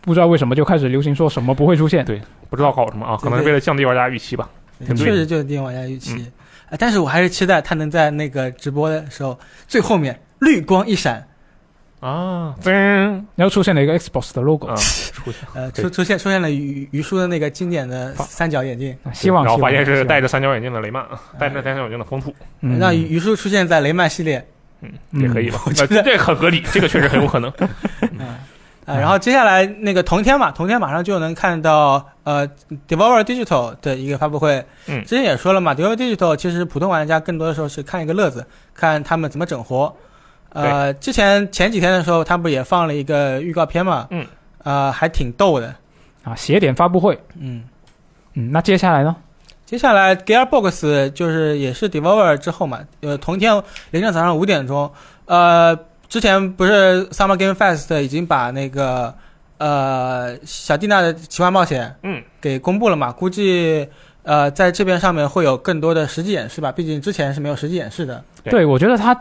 A: 不知道为什么就开始流行说什么不会出现。
B: 不知道搞什么啊，可能是为了降低玩家预期吧。
C: 确
B: 挺对的
C: 实就是低玩家预期。啊，但是我还是期待他能在那个直播的时候最后面绿光一闪，
B: 啊，真
A: 然后出现了一个 Xbox 的 logo，、
B: 啊，出去，
C: 呃，
B: 对
C: 出出现出现了于于叔的那个经典的
A: 好
C: 三角眼镜，
A: 啊希望
B: 然后发现
A: 希
B: 是
A: 望
B: 戴着三角眼镜的雷曼，啊戴着三角眼镜的风兔，
A: 嗯
C: 呃让于于叔出现在雷曼系列。
B: 嗯，
A: 嗯
B: 也可以吧
C: 我，
B: 那
C: 觉得
B: 这很合理，这个确实很有可能。
C: 嗯，呃，然后接下来那个同天嘛，同天马上就能看到呃，Devolver Digital 的一个发布会。
B: 嗯
C: 之前也说了嘛，Devolver Digital 其实普通玩家更多的时候是看一个乐子，看他们怎么整活。呃，之前前几天的时候，他不也放了一个预告片嘛？
B: 嗯，
C: 呃，还挺逗的。
A: 啊，斜点发布会，
C: 嗯，
A: 嗯，那接下来呢？
C: 接下来 Gearbox 就是也是 Devolver 之后嘛，呃，同一天凌晨早上五点钟，呃，之前不是 Summer Game Fest 已经把那个呃小蒂娜的奇幻冒险
B: 嗯
C: 给公布了嘛？估计呃在这边上面会有更多的实际演示吧，毕竟之前是没有实际演示的。
B: 对
A: 对，我觉得他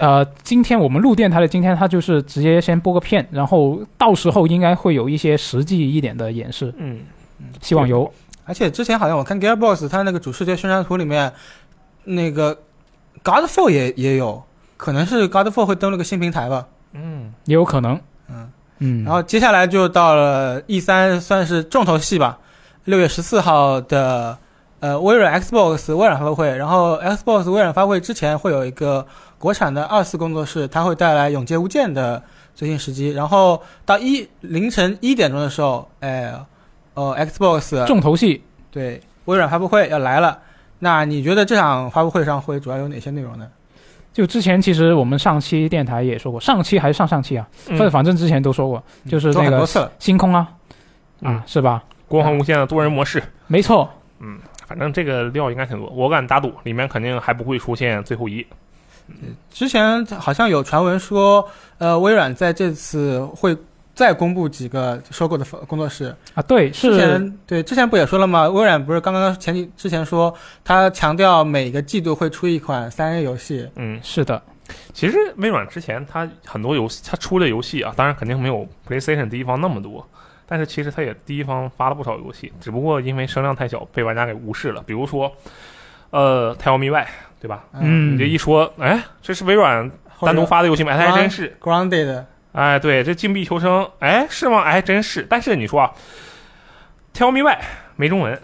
A: 呃，今天我们录电台的今天，他就是直接先播个片，然后到时候应该会有一些实际一点的演示，
B: (laughs) 嗯，
A: 希望有。
C: 而且之前好像我看 Gearbox 它那个主视觉宣传图里面，那个 Godfall 也也有，可能是 Godfall 会登陆个新平台吧。
B: 嗯，
A: 也有可能。
C: 嗯
A: 嗯，
C: 然后接下来就到了 E 三，算是重头戏吧。六月十四号的呃微软 Xbox 微软发布会，然后 Xbox 微软发布会之前会有一个国产的二次工作室，它会带来《永劫无间》的最新时机。然后到一凌晨一点钟的时候，哎，哦、Xbox
A: 重头戏
C: 对，微软发布会要来了。那你觉得这场发布会上会主要有哪些内容呢？
A: 就之前其实我们上期电台也说过，上期还是上上期啊，反、正反正之前都说过，就是
C: 都
A: 那
C: 很多
A: 个
C: 嗯次了，
A: 星空啊，
B: 嗯
A: 啊是吧？
B: 光环无限的多人模式，
A: 没错，
B: 嗯，反正这个料应该挺多，我敢打赌里面肯定还不会出现最后一，
C: 之前好像有传闻说，呃，微软在这次会再公布几个收购的分工作室。
A: 啊，对，
C: 之
A: 是
C: 前对之前不也说了吗？微软不是刚刚前几之前说，他强调每个季度会出一款三 A 游戏。
B: 嗯，
A: 是的，
B: 其实微软之前它很多游戏，它出的游戏啊，当然肯定没有 PlayStation 第一方那么多，但是其实它也第一方发了不少游戏，只不过因为声量太小被玩家给无视了。比如说，呃，Tell Me Why，对吧？
C: 呃
A: 嗯
B: 你这一说，哎，这是微软单独发的游戏吗？哎，它还真是。
C: Grounded，
B: 哎，对，这禁闭求生，哎，是吗？哎，真是。但是你说啊，Tell Me Why 没中文，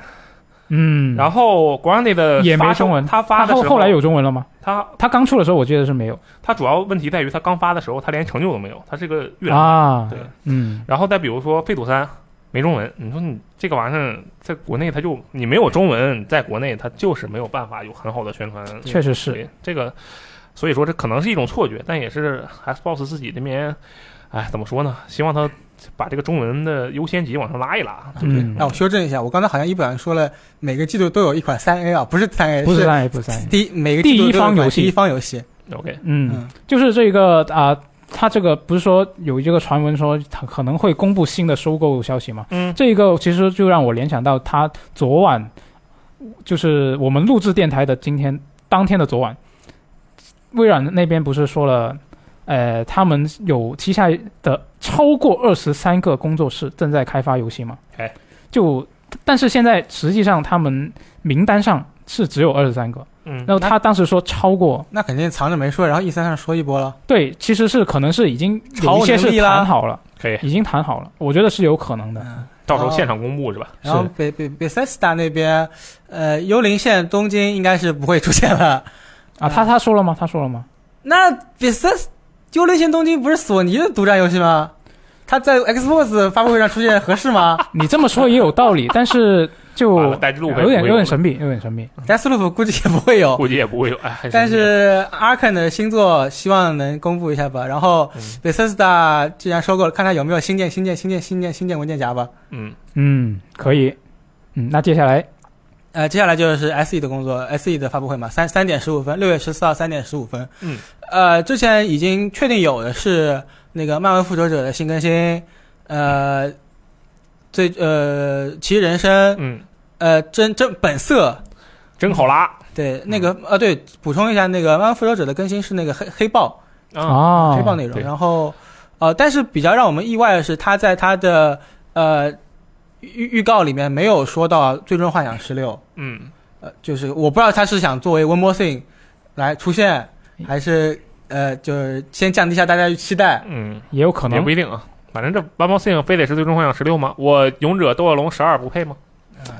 A: 嗯，
B: 然后 Grounded 的
A: 也没
B: 发售
A: 中文
B: 他发
A: 他
B: 的
A: 后
B: 时候，
A: 后来有中文了吗？
B: 他
A: 他刚出的时候我记得是没有
B: 他主要问题在于他刚发的时候，他连成就都没有，他是个预览。
A: 啊，
B: 对，
A: 嗯，
B: 然后再比如说《废土三》没中文，你说你这个玩意儿在国内它就你没有中文，在国内它就是没有办法有很好的宣传。
A: 确实
B: 对
A: 是，
B: 这个，所以说这可能是一种错觉，但也是 Xbox 自己这边，哎，怎么说呢？希望他把这个中文的优先级往上拉一拉，对不对？
A: 嗯
C: 让我修正一下，我刚才好像一本说了，每个季度都有一款三 A 啊，不是三 A，
A: 不是
C: 是
A: 三 A 不是三 A，
C: 第一每个季度都有
A: 第一方游戏
C: 一款第一方游戏。
B: OK，
A: 嗯
C: 嗯，
A: 就是这个啊、他这个不是说有这个传闻说他可能会公布新的收购消息吗？
B: 嗯，
A: 这个其实就让我联想到他昨晚，就是我们录制电台的今天当天的昨晚，微软那边不是说了，呃，他们有旗下的超过二十三个工作室正在开发游戏吗？
B: 哎，
A: 就但是现在实际上他们名单上是只有二十三个，
B: 嗯，
A: 然后他当时说超过，
C: 那肯定藏着没说，然后 E 三上说一波了。
A: 对，其实是可能是已经有一些
C: 超能
A: 是
C: 力啦
A: 谈好了，
B: 可以，
A: 已经谈好了，我觉得是有可能的。
C: 嗯，
B: 到时候现场公布是吧？
C: 然后
A: 是
C: 北北北塞斯达那边，呃，幽灵线东京应该是不会出现了。
A: 啊，他他说了吗？他说了吗？
C: 那北塞幽灵线东京不是索尼的独占游戏吗？它在 Xbox 发布会上出现合适吗
A: 你这么说也有道理，但是就
B: 完了带着路费
A: 有点
B: 不会
A: 有点
B: 了
A: 神秘，有点神秘。
C: ？Deathloop 估计也不
B: (laughs)
C: 会有。
B: 估计也不会有，哎，还
C: 哦但是 Arkane 的新作希望能公布一下吧。然后
B: 嗯
C: Bethesda 既然收购了，看它有没有新建、新建、新建、新建、新建文件夹吧。
B: 嗯，
A: 嗯，可以。嗯，那接下来
C: 呃，接下来就是 S E 的工作，S E 的发布会嘛，三三点十五分，六月十四号三点十五分。
B: 嗯，
C: 呃，之前已经确定有的是那个《漫威复仇者》的新更新，呃，最呃《奇异人生》，
B: 嗯，
C: 呃，真真本色。
B: 真好拉
C: 对，那个呃，对，补充一下，那个《漫威复仇者》的更新是那个黑黑豹，
B: 啊，
A: 啊
C: 黑，豹内容。
B: 对
C: 然后，呃，但是比较让我们意外的是，他在他的呃预预告里面没有说到《最终幻想十六》，
B: 嗯，
C: 呃，就是我不知道他是想作为 One More Thing 来出现，还是呃，就是先降低一下大家的期待。
B: 嗯，
A: 也有可
B: 也
A: 能
B: 不。一定啊。反正这《One More Thing》非得是《最终幻想十六》吗？我《勇者斗恶龙十二》不配吗？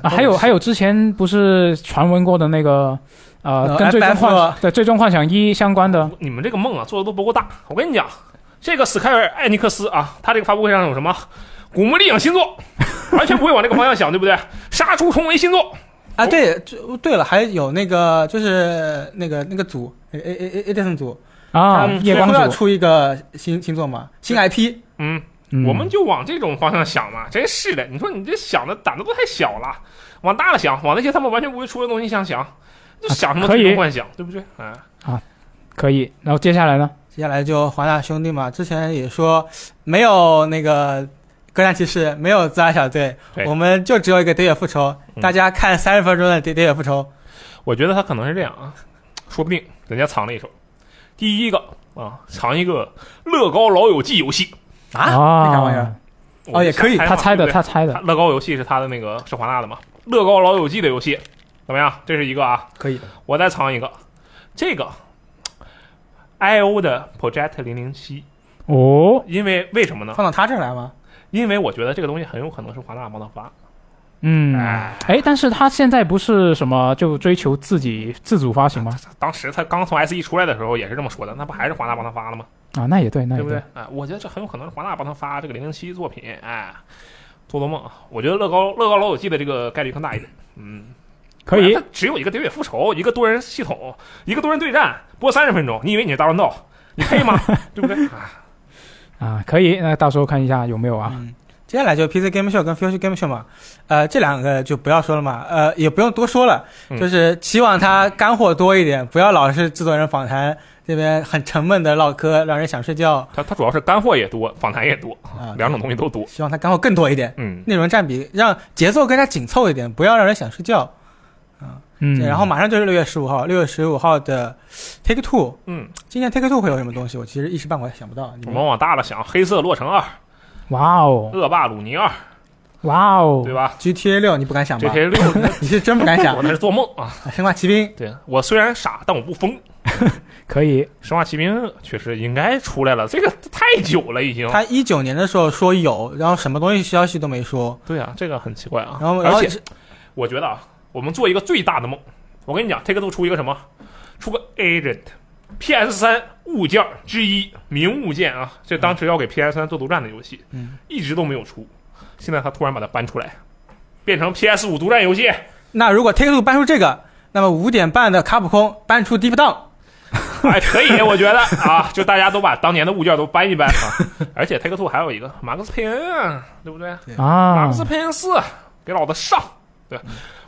A: 啊，还有还有之前不是传闻过的那个呃，
C: 呃
A: 跟最终
C: FF
A: 幻对最终幻想一相关的，
B: 你们这个梦啊，做的都不够大。我跟你讲，这个史凯尔·艾尼克斯啊，他这个发布会上有什么《古墓丽影》新作， (laughs) 完全不会往这个方向想，对不对？《杀出重围》新作，
C: 啊，对，就对了，还有那个就是那个那个组，A A A A 电 n 组，
A: 啊，
B: 嗯
A: 夜
C: 说
A: 光
C: 要
A: 族，
C: 出一个新新作嘛，新 IP，
B: 嗯，
A: 嗯
B: 我们就往这种方向想嘛，真是的，你说你这想的胆子都太小了，往大了想，往那些他们完全不会出的东西上想，就想什么
A: 啊可以
B: 最终幻想，对不对？哎，
A: 可以。然后接下来呢？
C: 接下来就华纳兄弟嘛，之前也说没有那个哥谭骑士，没有自杀小队
B: 对，
C: 我们就只有一个喋血复仇，
B: 嗯
C: 大家看三十分钟的喋喋血复仇，
B: 我觉得他可能是这样啊，说不定人家藏了一手。第一个啊，藏一个乐高老友记游戏
A: 啊，
C: 那啥玩意儿？
A: 哦
B: 我
C: 也可以
B: 猜嘛
A: 他猜
B: 对
A: 的，
B: 不对
A: 他猜的
B: 他。乐高游戏是他的那个是华纳的嘛？乐高老友记的游戏怎么样？这是一个啊，
C: 可以，
B: 我再藏一个，这个 I O 的 Project 零零七，
A: 哦，
B: 因为为什么呢？
C: 放到他这儿来吗？
B: 因为我觉得这个东西很有可能是华纳帮他发，
A: 嗯，
B: 哎
A: 哎，但是他现在不是什么就追求自己自主发行吗？
B: 当时他刚从 S E 出来的时候也是这么说的，那不还是华纳帮他发了吗？
A: 啊，那也对，那
B: 对
A: 也
B: 不对？哎，我觉得这很有可能是华纳帮他发这个零零七作品，哎，做做梦啊！我觉得乐高乐高老友记的这个概率更大一点。嗯，
A: 可以
B: 它只有一个喋血复仇，一个多人系统，一个多人对战，播三十分钟，你以为你是大乱斗？你配吗？对不对？哎
A: 啊，可以。那到时候看一下有没有啊。
C: 嗯，接下来就 PC Game Show 跟 Future Game Show 嘛，呃，这两个就不要说了嘛，呃，也不用多说了，
B: 嗯
C: 就是希望它干货多一点，不要老是制作人访谈这边很沉闷的唠嗑，让人想睡觉
B: 它它主要是干货也多，访谈也多，
C: 啊、
B: 两种东西都多。
C: 希望它干货更多一点，
B: 嗯，
C: 内容占比让节奏更加紧凑一点，不要让人想睡觉。
A: 嗯，
C: 然后马上就是六月十五号，六月十五号的 Take Two，
B: 嗯，
C: 今年 Take Two 会有什么东西？我其实一时半会儿想不到。你
B: 我嗯
C: 们
B: 们往大了想，黑色洛城二、
A: 哇哦，
B: 恶霸鲁尼二，
A: 哇哦
B: 对，吧
C: GTA 六你不敢想
B: 这
C: 吧？
B: 些六，
C: (laughs) 你是真不敢
B: (laughs)
C: 想
B: 我。那是做梦啊！
C: 生化奇兵
B: 对我虽然傻，但我不疯。
A: 可以。
B: 生化奇兵确实应该出来了，这个太久了已经。
C: 他一九年的时候说有，然后什么东西消息都没说，
B: 对啊，这个很奇怪啊。
C: 然后然后
B: 而且我觉得啊，我们做一个最大的梦，我跟你讲，Take Two 出一个什么？出个 Agent，PS 三物件儿之一，名物件啊，这当时要给 PS 三做独占的游戏，
C: 嗯，
B: 一直都没有出，现在他突然把它搬出来，变成 PS 五独占游戏， (laughs)
C: 那如果 Take Two 搬出这个，那么五点半的卡普空搬出 Deep Down，
B: 哎，可以，我觉得啊，就大家都把当年的物件都搬一搬啊。而且 Take Two 还有一个马克思佩恩啊，对不对？马
A: 啊
B: 克，思佩恩四，给老子上！对，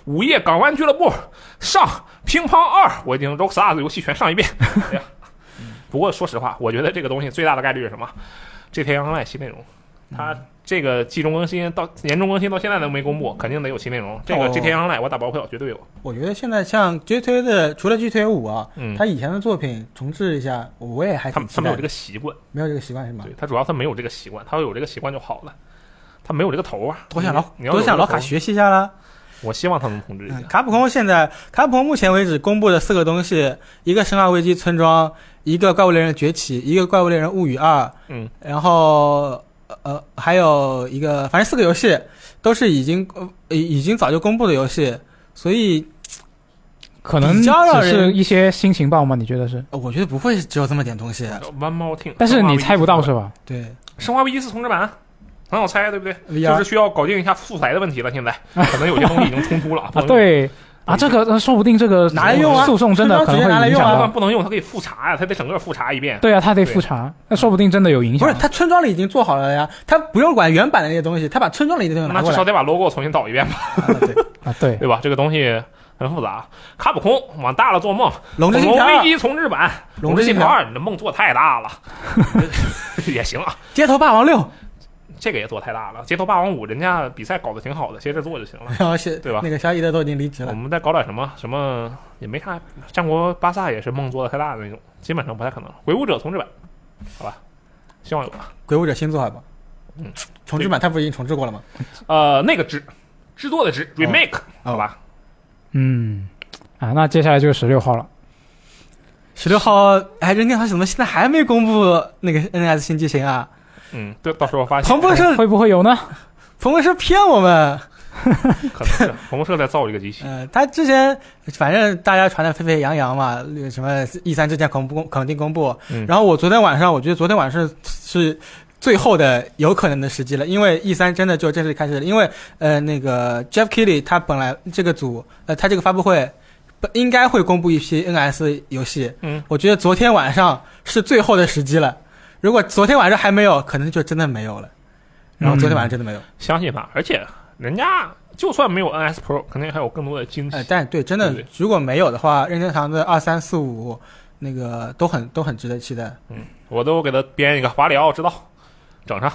B: 午夜港湾俱乐部上，乒乓二，我已经 Rockstar 的游戏全上一遍。 (laughs) 哎呀，不过说实话，我觉得这个东西最大的概率是什么？GTA Online 新内容，它这个季中更新到年终更新到现在都没公布，肯定得有新内容。这个
C: 哦
B: GTA Online 我打包票绝对有。
C: 我觉得现在像 GTA 的除了 GTA 五啊，
B: 嗯，
C: 他以前的作品重置一下，我也还
B: 他
C: 挺期
B: 他没
C: 待
B: 有这
C: 的。
B: 个习惯，
C: 没有这个习惯是吗
B: 对？他主要他没有这个习惯，他要有这个习惯就好了。他没有这个头啊！
C: 多向老
B: 你要有
C: 多向
B: 这个
C: 老
B: 头
C: 卡，学习一下啦。
B: 我希望他能统治一下
C: 嗯。卡普空现在，卡普空目前为止公布的四个东西，一个《生化危机：村庄》，一个《怪物猎人崛起》，一个《怪物猎人物语二》，
B: 嗯，
C: 然后呃还有一个，反正四个游戏都是已经呃已已经早就公布的游戏，所以
A: 可能
C: 比较让
A: 只
C: 人
A: 是一些新情报吗？你觉得是？
C: 呃我觉得不会只有这么点东西。啊
B: One more thing，
A: 但是你猜不到
B: 是。
A: 是吧？
C: 对
B: 《生化危机四》重置版，很好猜，对不对？就
C: ，VR
B: 是需要搞定一下素材的问题了。现
C: (laughs)
B: 在可能有些东西已经冲突了
A: 啊，
B: 啊，
A: 对啊，这个说不定这个
C: 拿来用啊
A: 诉讼真的可能
C: 直接拿来
A: 会影
C: 用
A: 响到
B: 不能
C: 啊
B: 用。。不能用，它可以复查呀，它得整个复查一遍。
A: 对啊，他得
B: 对
A: 复查，那说不定真的有影
C: 不
A: 响
C: 是，。他村庄里已经做好了呀，他不用管原版的那些东西，他把村庄里的东西拿
B: 那
C: 过
B: 至
C: 来。
B: 少得把 logo 重新导一遍吧，
C: 啊对，
A: 啊，对，
B: 对吧？这个东西很复杂。卡普空往大了做梦，《
C: 龙之
B: 恐
C: 信
B: 龙
C: 条
B: 危
C: 二，
B: 机》重置版，《
C: 龙
B: 之
C: 之
B: 信
C: 信
B: 条
C: 条二，
B: 二》，你的梦做太大了， (laughs) 也行啊。
C: 街头霸王六，
B: 这个也做太大了，《街头霸王五》人家比赛搞得挺好的，接着做就行了。
C: 然后是
B: 对吧嗯
C: 那个小伊德都已经离职
B: 我
C: 了。
B: 们再搞点什么什么也没啥，战国巴萨也是梦做的太大的那种，基本上不太可能。鬼武者重置版，好吧，希望有吧。
C: 鬼武者新作好吧？
B: 嗯，
C: 重置版他不已经重置过了吗？
B: 呃，那个制制作的制
C: 哦
B: remake，、好
C: 好
B: 吧，
A: 嗯，啊，那接下来就是十六号了。
C: 十六号，哎，任天堂怎么现在还没公布那个 NS 新机型啊？
B: 嗯，对，到时候发现
C: 彭博社，
A: 会不会有呢？
C: 彭博社骗我们。
B: 可能是红社在造这个机器，
C: 呃，他之前反正大家传的沸沸扬扬嘛，那个什么 E 三之前公布肯定公布。
B: 嗯
C: 然后我昨天晚上，我觉得昨天晚上是最后的有可能的时机了，因为 E 三真的就正式开始了。因为呃，那个 Jeff Keighley 他本来这个组，呃，他这个发布会。应该会公布一批 NS 游戏。
B: 嗯，
C: 我觉得昨天晚上是最后的时机了。如果昨天晚上还没有，可能就真的没有了。
B: 嗯
C: 然后昨天晚上真的没有。
B: 相信他，而且人家就算没有 NS Pro，肯定还有更多的惊喜。
C: 哎，但对，真的
B: 对
C: 如果没有的话，任天堂的二三四五那个都很都很值得期待。
B: 我都给他编一个马里奥，知道，整上，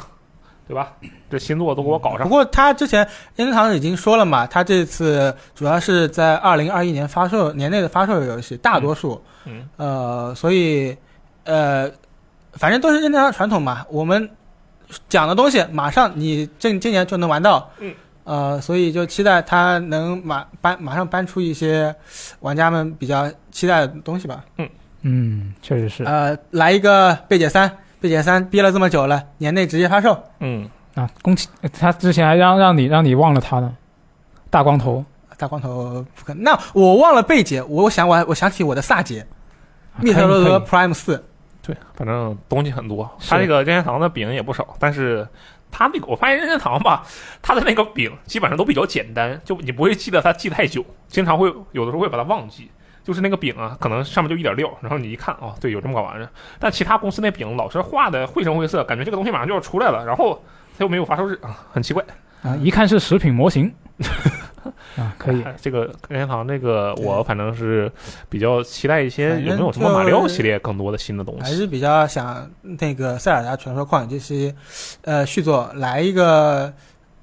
B: 对吧？这新作都给我搞
C: 不
B: 上。
C: 过他之前任天堂已经说了嘛，他这次主要是在二零二一年发售年内的发售的游戏，大多数，
B: 嗯，
C: 呃，所以呃，反正都是任天堂的传统嘛，我们讲的东西马上你这今年就能玩到，
B: 嗯，
C: 呃，所以就期待他能马搬马上搬出一些玩家们比较期待的东西吧。
A: 嗯，确实是
C: 呃，来一个贝姐三，贝姐三憋了这么久了，年内直接发售，
B: 嗯，
A: 啊，恭喜他之前还让让你让你忘了他呢，大光头，
C: 大光头不可能。那我忘了贝姐，我想我我想起我的萨姐，
A: 啊
C: 密特罗
A: 可以
C: 德
A: 可以
C: Prime 四，
B: 对，反正东西很多。
A: 是
B: 他这个任天堂的饼也不少，但是他那个我发现任天堂吧，他的那个饼基本上都比较简单，就你不会记得它记太久，经常会有的时候会把它忘记。就是那个饼啊，可能上面就一点料，然后你一看哦，对，有这么个玩意儿。但其他公司那饼老是画的绘声绘色，感觉这个东西马上就要出来了，然后它又没有发售日啊，很奇怪。
A: 啊，一看是食品模
C: (laughs)
A: 型啊，可以
B: 哎这个任天堂这个，我反正是比较期待一些
C: 反正
B: 有没有什么
C: 就
B: 马里奥系列更多的新的东
C: 还
B: 西。
C: 是比较想那个《塞尔达传说：旷野之息》呃续作来一个，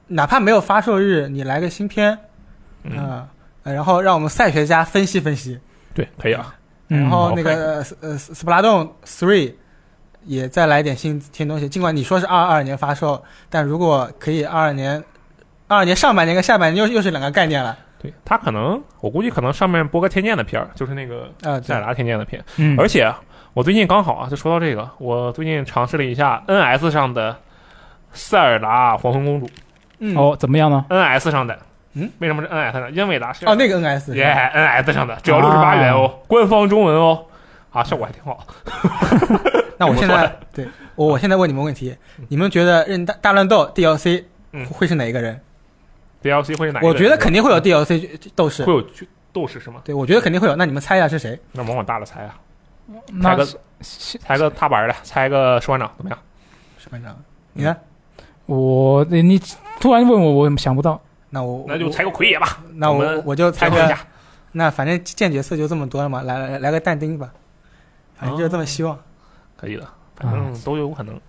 C: 哪怕没有发售日，你来个新片
B: 嗯，
C: 啊、呃然后让我们赛学家分析分析，
B: 对，可以啊。
A: 嗯
C: 然后
B: 好
C: 那个呃斯斯普拉洞 Three 也再来点新新东西。尽管你说是二二年发售，但如果可以二二年。二二年上半年跟下半年又又是两个概念了，
B: 对他可能，我估计可能上面播个天剑的片儿，就是那个塞
C: 啊，对
B: 尔，达天剑的片。
A: 嗯，
B: 而且啊我最近刚好啊，就说到这个，我最近尝试了一下 NS 上的塞尔达黄昏公主
C: 嗯，
A: 哦怎么样呢？
B: ，NS 上的。
C: 嗯，
B: 为什么是 NS 呢？因为达是
C: 哦，那个 NS，
B: 耶、NS 上的，只
C: 啊
B: 要六十八元哦，官方中文哦，啊，效果还挺好。
C: 那我
B: 不
C: 现
B: 错
C: 在对我我现在问你们问题，你们觉得任大大乱斗 DLC
B: 嗯
C: 会是哪一个人？
B: DLC 会是哪一个人？
C: 我觉得肯定会有
B: 是
C: DLC 斗
B: 吧
C: 士
B: 会，有剧斗士是吗？
C: 对我觉得肯定会有。那你们猜一下是谁？
B: 那往往大了猜啊，猜
A: 那
B: 个猜个踏板儿的，猜个士官长怎么样？
C: 是班长，你呢？
A: 我你你突然问我，我想不到。
C: 那我
B: 那就
C: 我
B: 猜个奎爷吧，
C: 那
B: 我
C: 我
B: 们
C: 我就
B: 猜
C: 猜
B: 一
C: 个，
B: 下。
C: 那反正见角色就这么多了嘛，来来来个但丁吧，反正就
B: 哦
C: 这么希望。
B: 可以的，反正
C: 啊
B: 都有可能。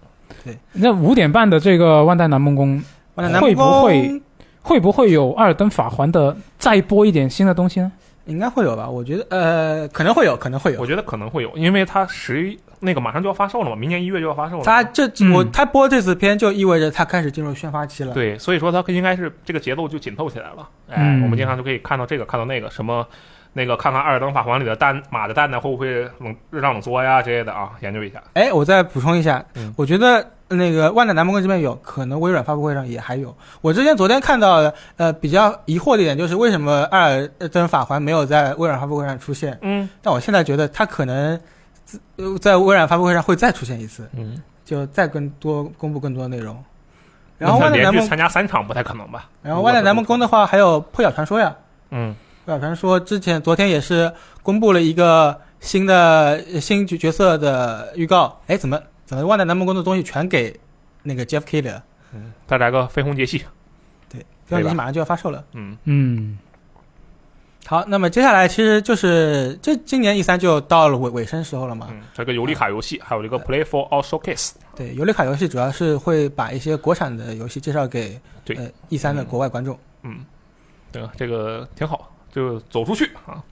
A: 那五点半的这个《万代南梦宫》
C: 万代南
A: 会不
C: 梦宫
A: 会会不会有《二登法环》的再播一点新的东西呢？
C: 应该会有吧？我觉得呃可能会有，可能会
B: 我
C: 有。
B: 觉得可能会有，因为它十一那个马上就要发售了嘛，明年一月就要发售了。
C: 他这
A: 嗯
C: 我他播这次片就意味着他开始进入宣发期了。
B: 对，所以说它应该是这个节奏就紧凑起来了。哎，
A: 嗯
B: 我们经常就可以看到这个，看到那个什么。那个看看《二等法环》里的蛋马的蛋呢，会不会冷热胀冷缩呀之类的啊？研究一下。
C: 哎，我再补充一下，
B: 嗯
C: 我觉得那个万代南梦宫这边有可能，微软发布会上也还有。我之前昨天看到的，呃，比较疑惑的一点就是为什么《艾尔登法环》没有在微软发布会上出现？
B: 嗯
C: 但我现在觉得它可能自呃在微软发布会上会再出现一次，
B: 嗯，
C: 就再更多公布更多内容。然
B: 然后
C: 后万代
B: 连
C: 南
B: 续
C: 梦，
B: 参加三场不太可能吧？
C: 然后万代南梦宫的话，还有《破晓传说》呀，
B: 嗯，
C: 《破晓传说》之前昨天也是公布了一个新的呃新角角色的预告。哎，怎么怎么万代南梦宫的东西全给那个 Jeff Keighley 了？
B: 嗯，再来个绯红节气。
C: 这
B: 对吧
C: 东西马上就要发售了。
B: 嗯，
A: 嗯，
C: 好，那么接下来其实就是这今年 E 三就到了尾尾声时候了嘛。
B: 嗯，这个游历卡游戏，还有这个 Play for All Showcase，
C: 对，尤里卡游戏主要是会把一些国产的游戏介绍给
B: 对
C: 呃 E 三的国外观众。
B: 嗯，对吧？这个挺好，就走出去啊。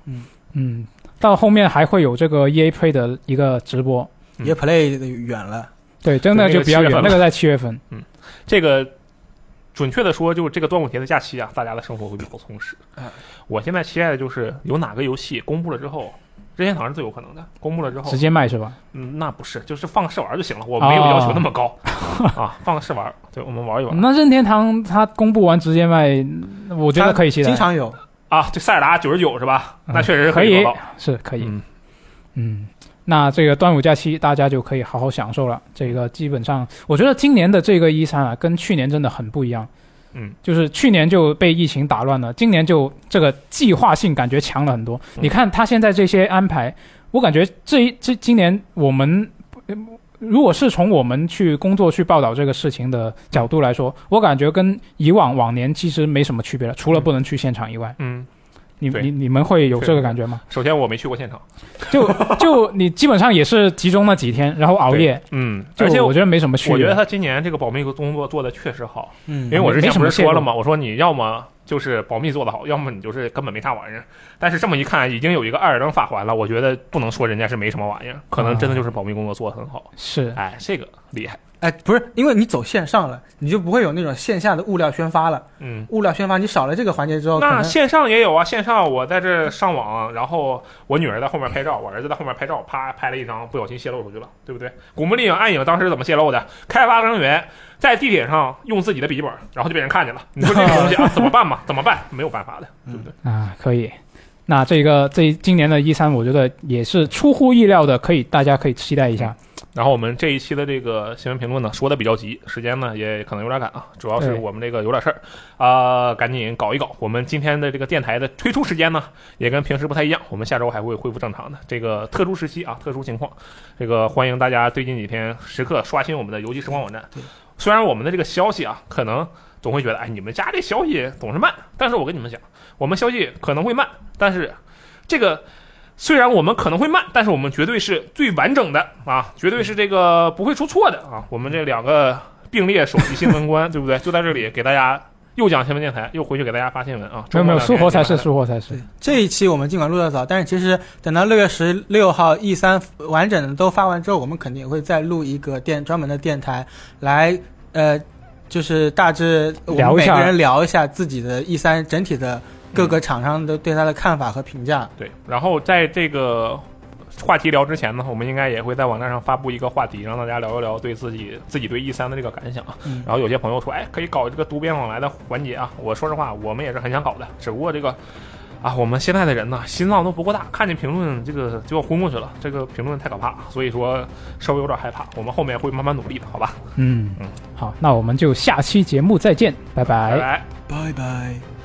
A: 嗯，到后面还会有这个 EA Play 的一个直播，
B: 嗯
C: 也 Play 的远了，
A: 对，真的
B: 对那
A: 就
B: 个
A: 比较
B: 7月
A: 远，
B: 份
A: 那个在七月份。
B: 这个准确的说，就是这个端午节的假期啊，大家的生活会比较充实
C: 嗯。
B: 我现在期待的就是有哪个游戏公布了之后，任天堂是最有可能的。公布了之后
A: 直，接卖是吧？
B: 嗯，那不是，就是放个试玩就行了，我没有要求那么高
A: (laughs)
B: 啊，放个试玩，对我们玩一玩
A: 那任天堂它公布完直接卖，我觉得可以
B: 嗯
A: 期待
C: 经。常有。
B: 啊。这塞尔达九十九是吧？
A: 嗯
B: 那确实是
A: 可
B: 以
A: 以
B: 做到，
A: 是可以。
B: 嗯
A: 嗯，那这个端午假期大家就可以好好享受了。这个基本上，我觉得今年的这个一三啊，跟去年真的很不一样。
B: 嗯，
A: 就是去年就被疫情打乱了，今年就这个计划性感觉强了很多。
B: 嗯
A: 你看他现在这些安排，我感觉这一这今年我们。呃如果是从我们去工作去报道这个事情的角度来说，我感觉跟以往往年其实没什么区别了，除了不能去现场以外，
B: 嗯，
A: 你
B: 对
A: 你你们会有这个感觉吗？
B: 首先我没去过现场，
A: 就
B: (laughs)
A: 就你基本上也是集中那几天，然后熬夜，
B: 嗯，
A: 就
B: 而且
A: 我觉得没什么区别。
B: 我觉得他今年这个保密工作做的确实好，
C: 嗯
B: 因为我之
A: 没
B: 前
A: 什
B: 不
A: 么
B: 是
A: 泄
B: 说
A: 露
B: 了吗？我说你要么就是保密做得好，要么你就是根本没啥玩意儿。但是这么一看，已经有一个艾尔登法环了，我觉得不能说人家是没什么玩意儿，可能真的就是保密工作做得很好。
A: 是
B: 哎，这个厉害，
C: 哎，不是，因为你走线上了，你就不会有那种线下的物料宣发了。
B: 嗯。
C: 物料宣发你少了这个环节之哦后，可
B: 那
C: 能
B: 线上也有啊，线上我在这上网，然后我女儿在后面拍照，我儿子在后面拍照，啪拍了一张，不小心泄露出去了，对不对？古墓丽影暗影当时怎么泄露的？开发人员在地铁上用自己的笔记本，然后就被人看见了。你说这个东西
A: (laughs)
B: 啊，怎么办吧？怎么办？没有办法的，对不对？
A: 啊，可以。那这个这今年的一三，我觉得也是出乎意料的，可以大家可以期待一下。
B: 然后我们这一期的这个新闻评论呢，说的比较急，时间呢也可能有点赶啊，主要是
A: 对
B: 我们这个有点事儿啊、赶紧搞一搞。我们今天的这个电台的推出时间呢，也跟平时不太一样，我们下周还会恢复正常的。这个特殊时期啊，特殊情况，这个欢迎大家最近几天时刻刷新我们的游戏时光网站
C: 对。
B: 虽然我们的这个消息啊，可能总会觉得，哎，你们家这消息总是慢，但是我跟你们讲，我们消息可能会慢，但是这个虽然我们可能会慢，但是我们绝对是最完整的啊，绝对是这个不会出错的啊。我们这两个并列首席新闻官，对不对？就在这里给大家又讲新闻电台，又回去给大家发新闻啊。
A: 没有没有，
B: 周
A: 苏活
B: 末两天
A: 才是
B: 见
A: 苏活才是
C: 对。这一期我们尽管录的早，但是其实等到六月十六号 E 三完整的都发完之后，我们肯定也会再录一个电专门的电台来，呃，就是大致我们
A: 聊一
C: 每
A: 下嗯
C: 个人聊一下自己的 E 三整体的各个厂商的对它的看法和评价。
B: 对，然后在这个话题聊之前呢，我们应该也会在网站上发布一个话题，让大家聊一聊对自己自己对 E 三的这个感想。
C: 嗯
B: 然后有些朋友说，哎，可以搞这个读编往来的环节啊。我说实话，我们也是很想搞的，只不过这个。啊，我们现在的人呢，心脏都不够大，看见评论这个就要昏过去了，这个评论太可怕，所以说稍微有点害怕。我们后面会慢慢努力的，好吧？
A: 嗯
B: 嗯，
A: 好，那我们就下期节目再见，拜
B: 拜拜。
C: 拜拜。